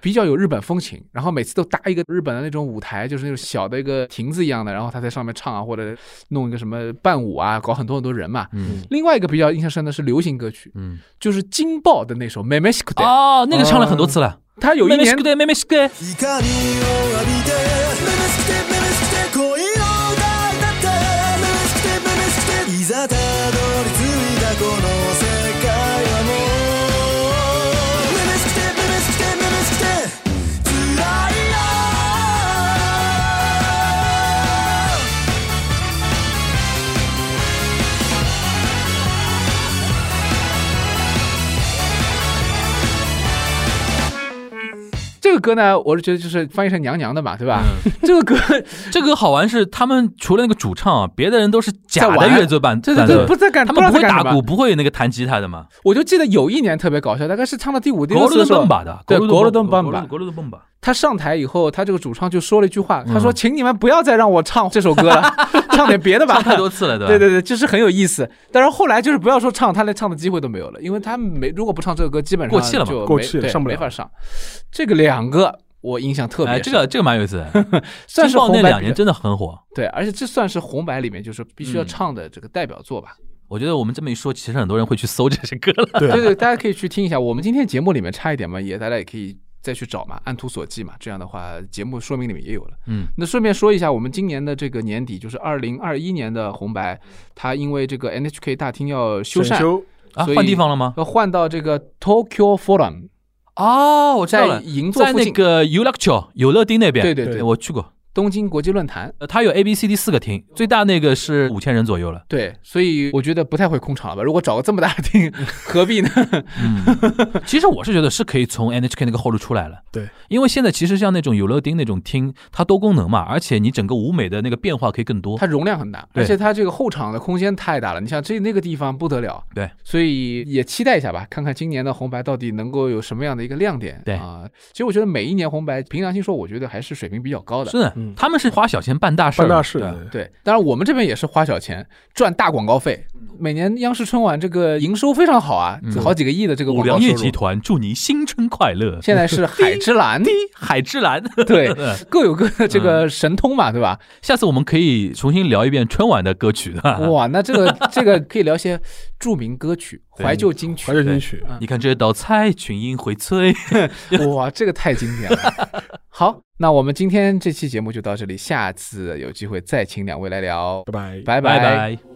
比较有日本风情，然后每次都搭一个日本的那种舞台，就是那种小的一个亭子一样的，然后他在上面唱啊，或者弄一个什么伴舞啊，搞很多很多人嘛。
嗯
另外一个比较印象深的是流行歌曲，
嗯，
就是金爆的那首《m e m e s h k u
哦，那个唱了很多次了。
他有一年
对妹妹是对，
光を浴びて「めめしくてめめしくて恋を歌いたって」「めめしくてめめしくて」「いざたどり着いたこの世界はもう」「めめしくてめめしくてめめしくてつらいよ」
这个歌呢，我是觉得就是翻译成娘娘的嘛，对吧？
嗯
这个歌，
这个好玩是他们除了那个主唱啊，别的人都是假
在
的
玩
乐队伴
对
伴
对
奏
对，不在干，
他
不知
们
道
不会
在干
打
什么
鼓，。不会那个弹吉他的嘛。
我就记得有一年特别搞笑，大概是唱到第五、第六
国路
次的
的
时候
蹦，吧的，
对
国路的
国路的蹦吧
国路的国路的蹦吧。
他上台以后，他这个主唱就说了一句话，他说：“
嗯
请你们不要再让我唱这首歌 了，唱点别的吧。”
唱太多次了，对吧？
对对对，就是很有意思。但是后来就是不要说唱，他连唱的机会都没有了，因为他没如果不唱这个歌，基本上
过气了嘛
就没
过气了
对
上不了
没法上。这个两个我印象特别
哎，
深，
这个这个蛮有意思的。
算是
金爆
红
那
白
两
比
年
较
真嗯的很火。
对，而且这算是红白里面就是必须要唱的这个代表作吧。
我觉得我们这么一说，其实很多人会去搜这些歌了。
对
对对，大家可以去听一下。我们今天节目里面差一点嘛，也大家也可以再去找嘛，按图索骥嘛。这样的话，节目说明里面也有了。
嗯，
那顺便说一下，我们今年的这个年底，就是二零二一年的红白，它因为这个 NHK 大厅要修
选
缮，
修
啊，
所以
换地方了吗？
要换到这个 Tokyo Forum，
哦，我知道
在
了，
银座
在
附
那
近。
个 u l a c h o 有乐町那边。
对对
对
我去过。
东京国际论坛。
呃，它有 A、B、C、D 四个厅，最大那个是五千人左右了。
对，所以我觉得不太会空场了吧？如果找个这么大的厅， 何必呢？
其实我是觉得是可以从 NHK 那个后路出来了。
对，
因为现在其实像那种有乐町那种厅，它多功能嘛，而且你整个舞美的那个变化可以更多
它。容量很大，
对
而且它这个后场的空间太大了。你想这那个地方不得了，
对，
所以也期待一下吧，看看今年的红白到底能够有什么样的一个亮点。
对
啊，其实我觉得每一年红白，凭良心说，我觉得还是水平比较高的。
是的
嗯，
他们是花小钱办大事儿
办
的，
大事
对
的
吧。
对，当然我们这边也是花小钱赚大广告费。
嗯
每年央视春晚这个营收非常好啊，好几个亿的这个
五
广告
粮
收
液
入。
集团祝你新春快乐。
现在是海之 蓝，
海之蓝，
对，
嗯
各有各的这个神通嘛，对吧？
下次我们可以重新聊一遍春晚的歌曲的。
哇，那这个这个可以聊些著名歌曲、
对嗯
怀旧金曲
怀。旧金曲，
你看这道菜，群英荟萃。
哇，这个太经典了。好，那我们今天这期节目就到这里，下次有机会再请两位来聊，
拜
拜
拜。
拜拜。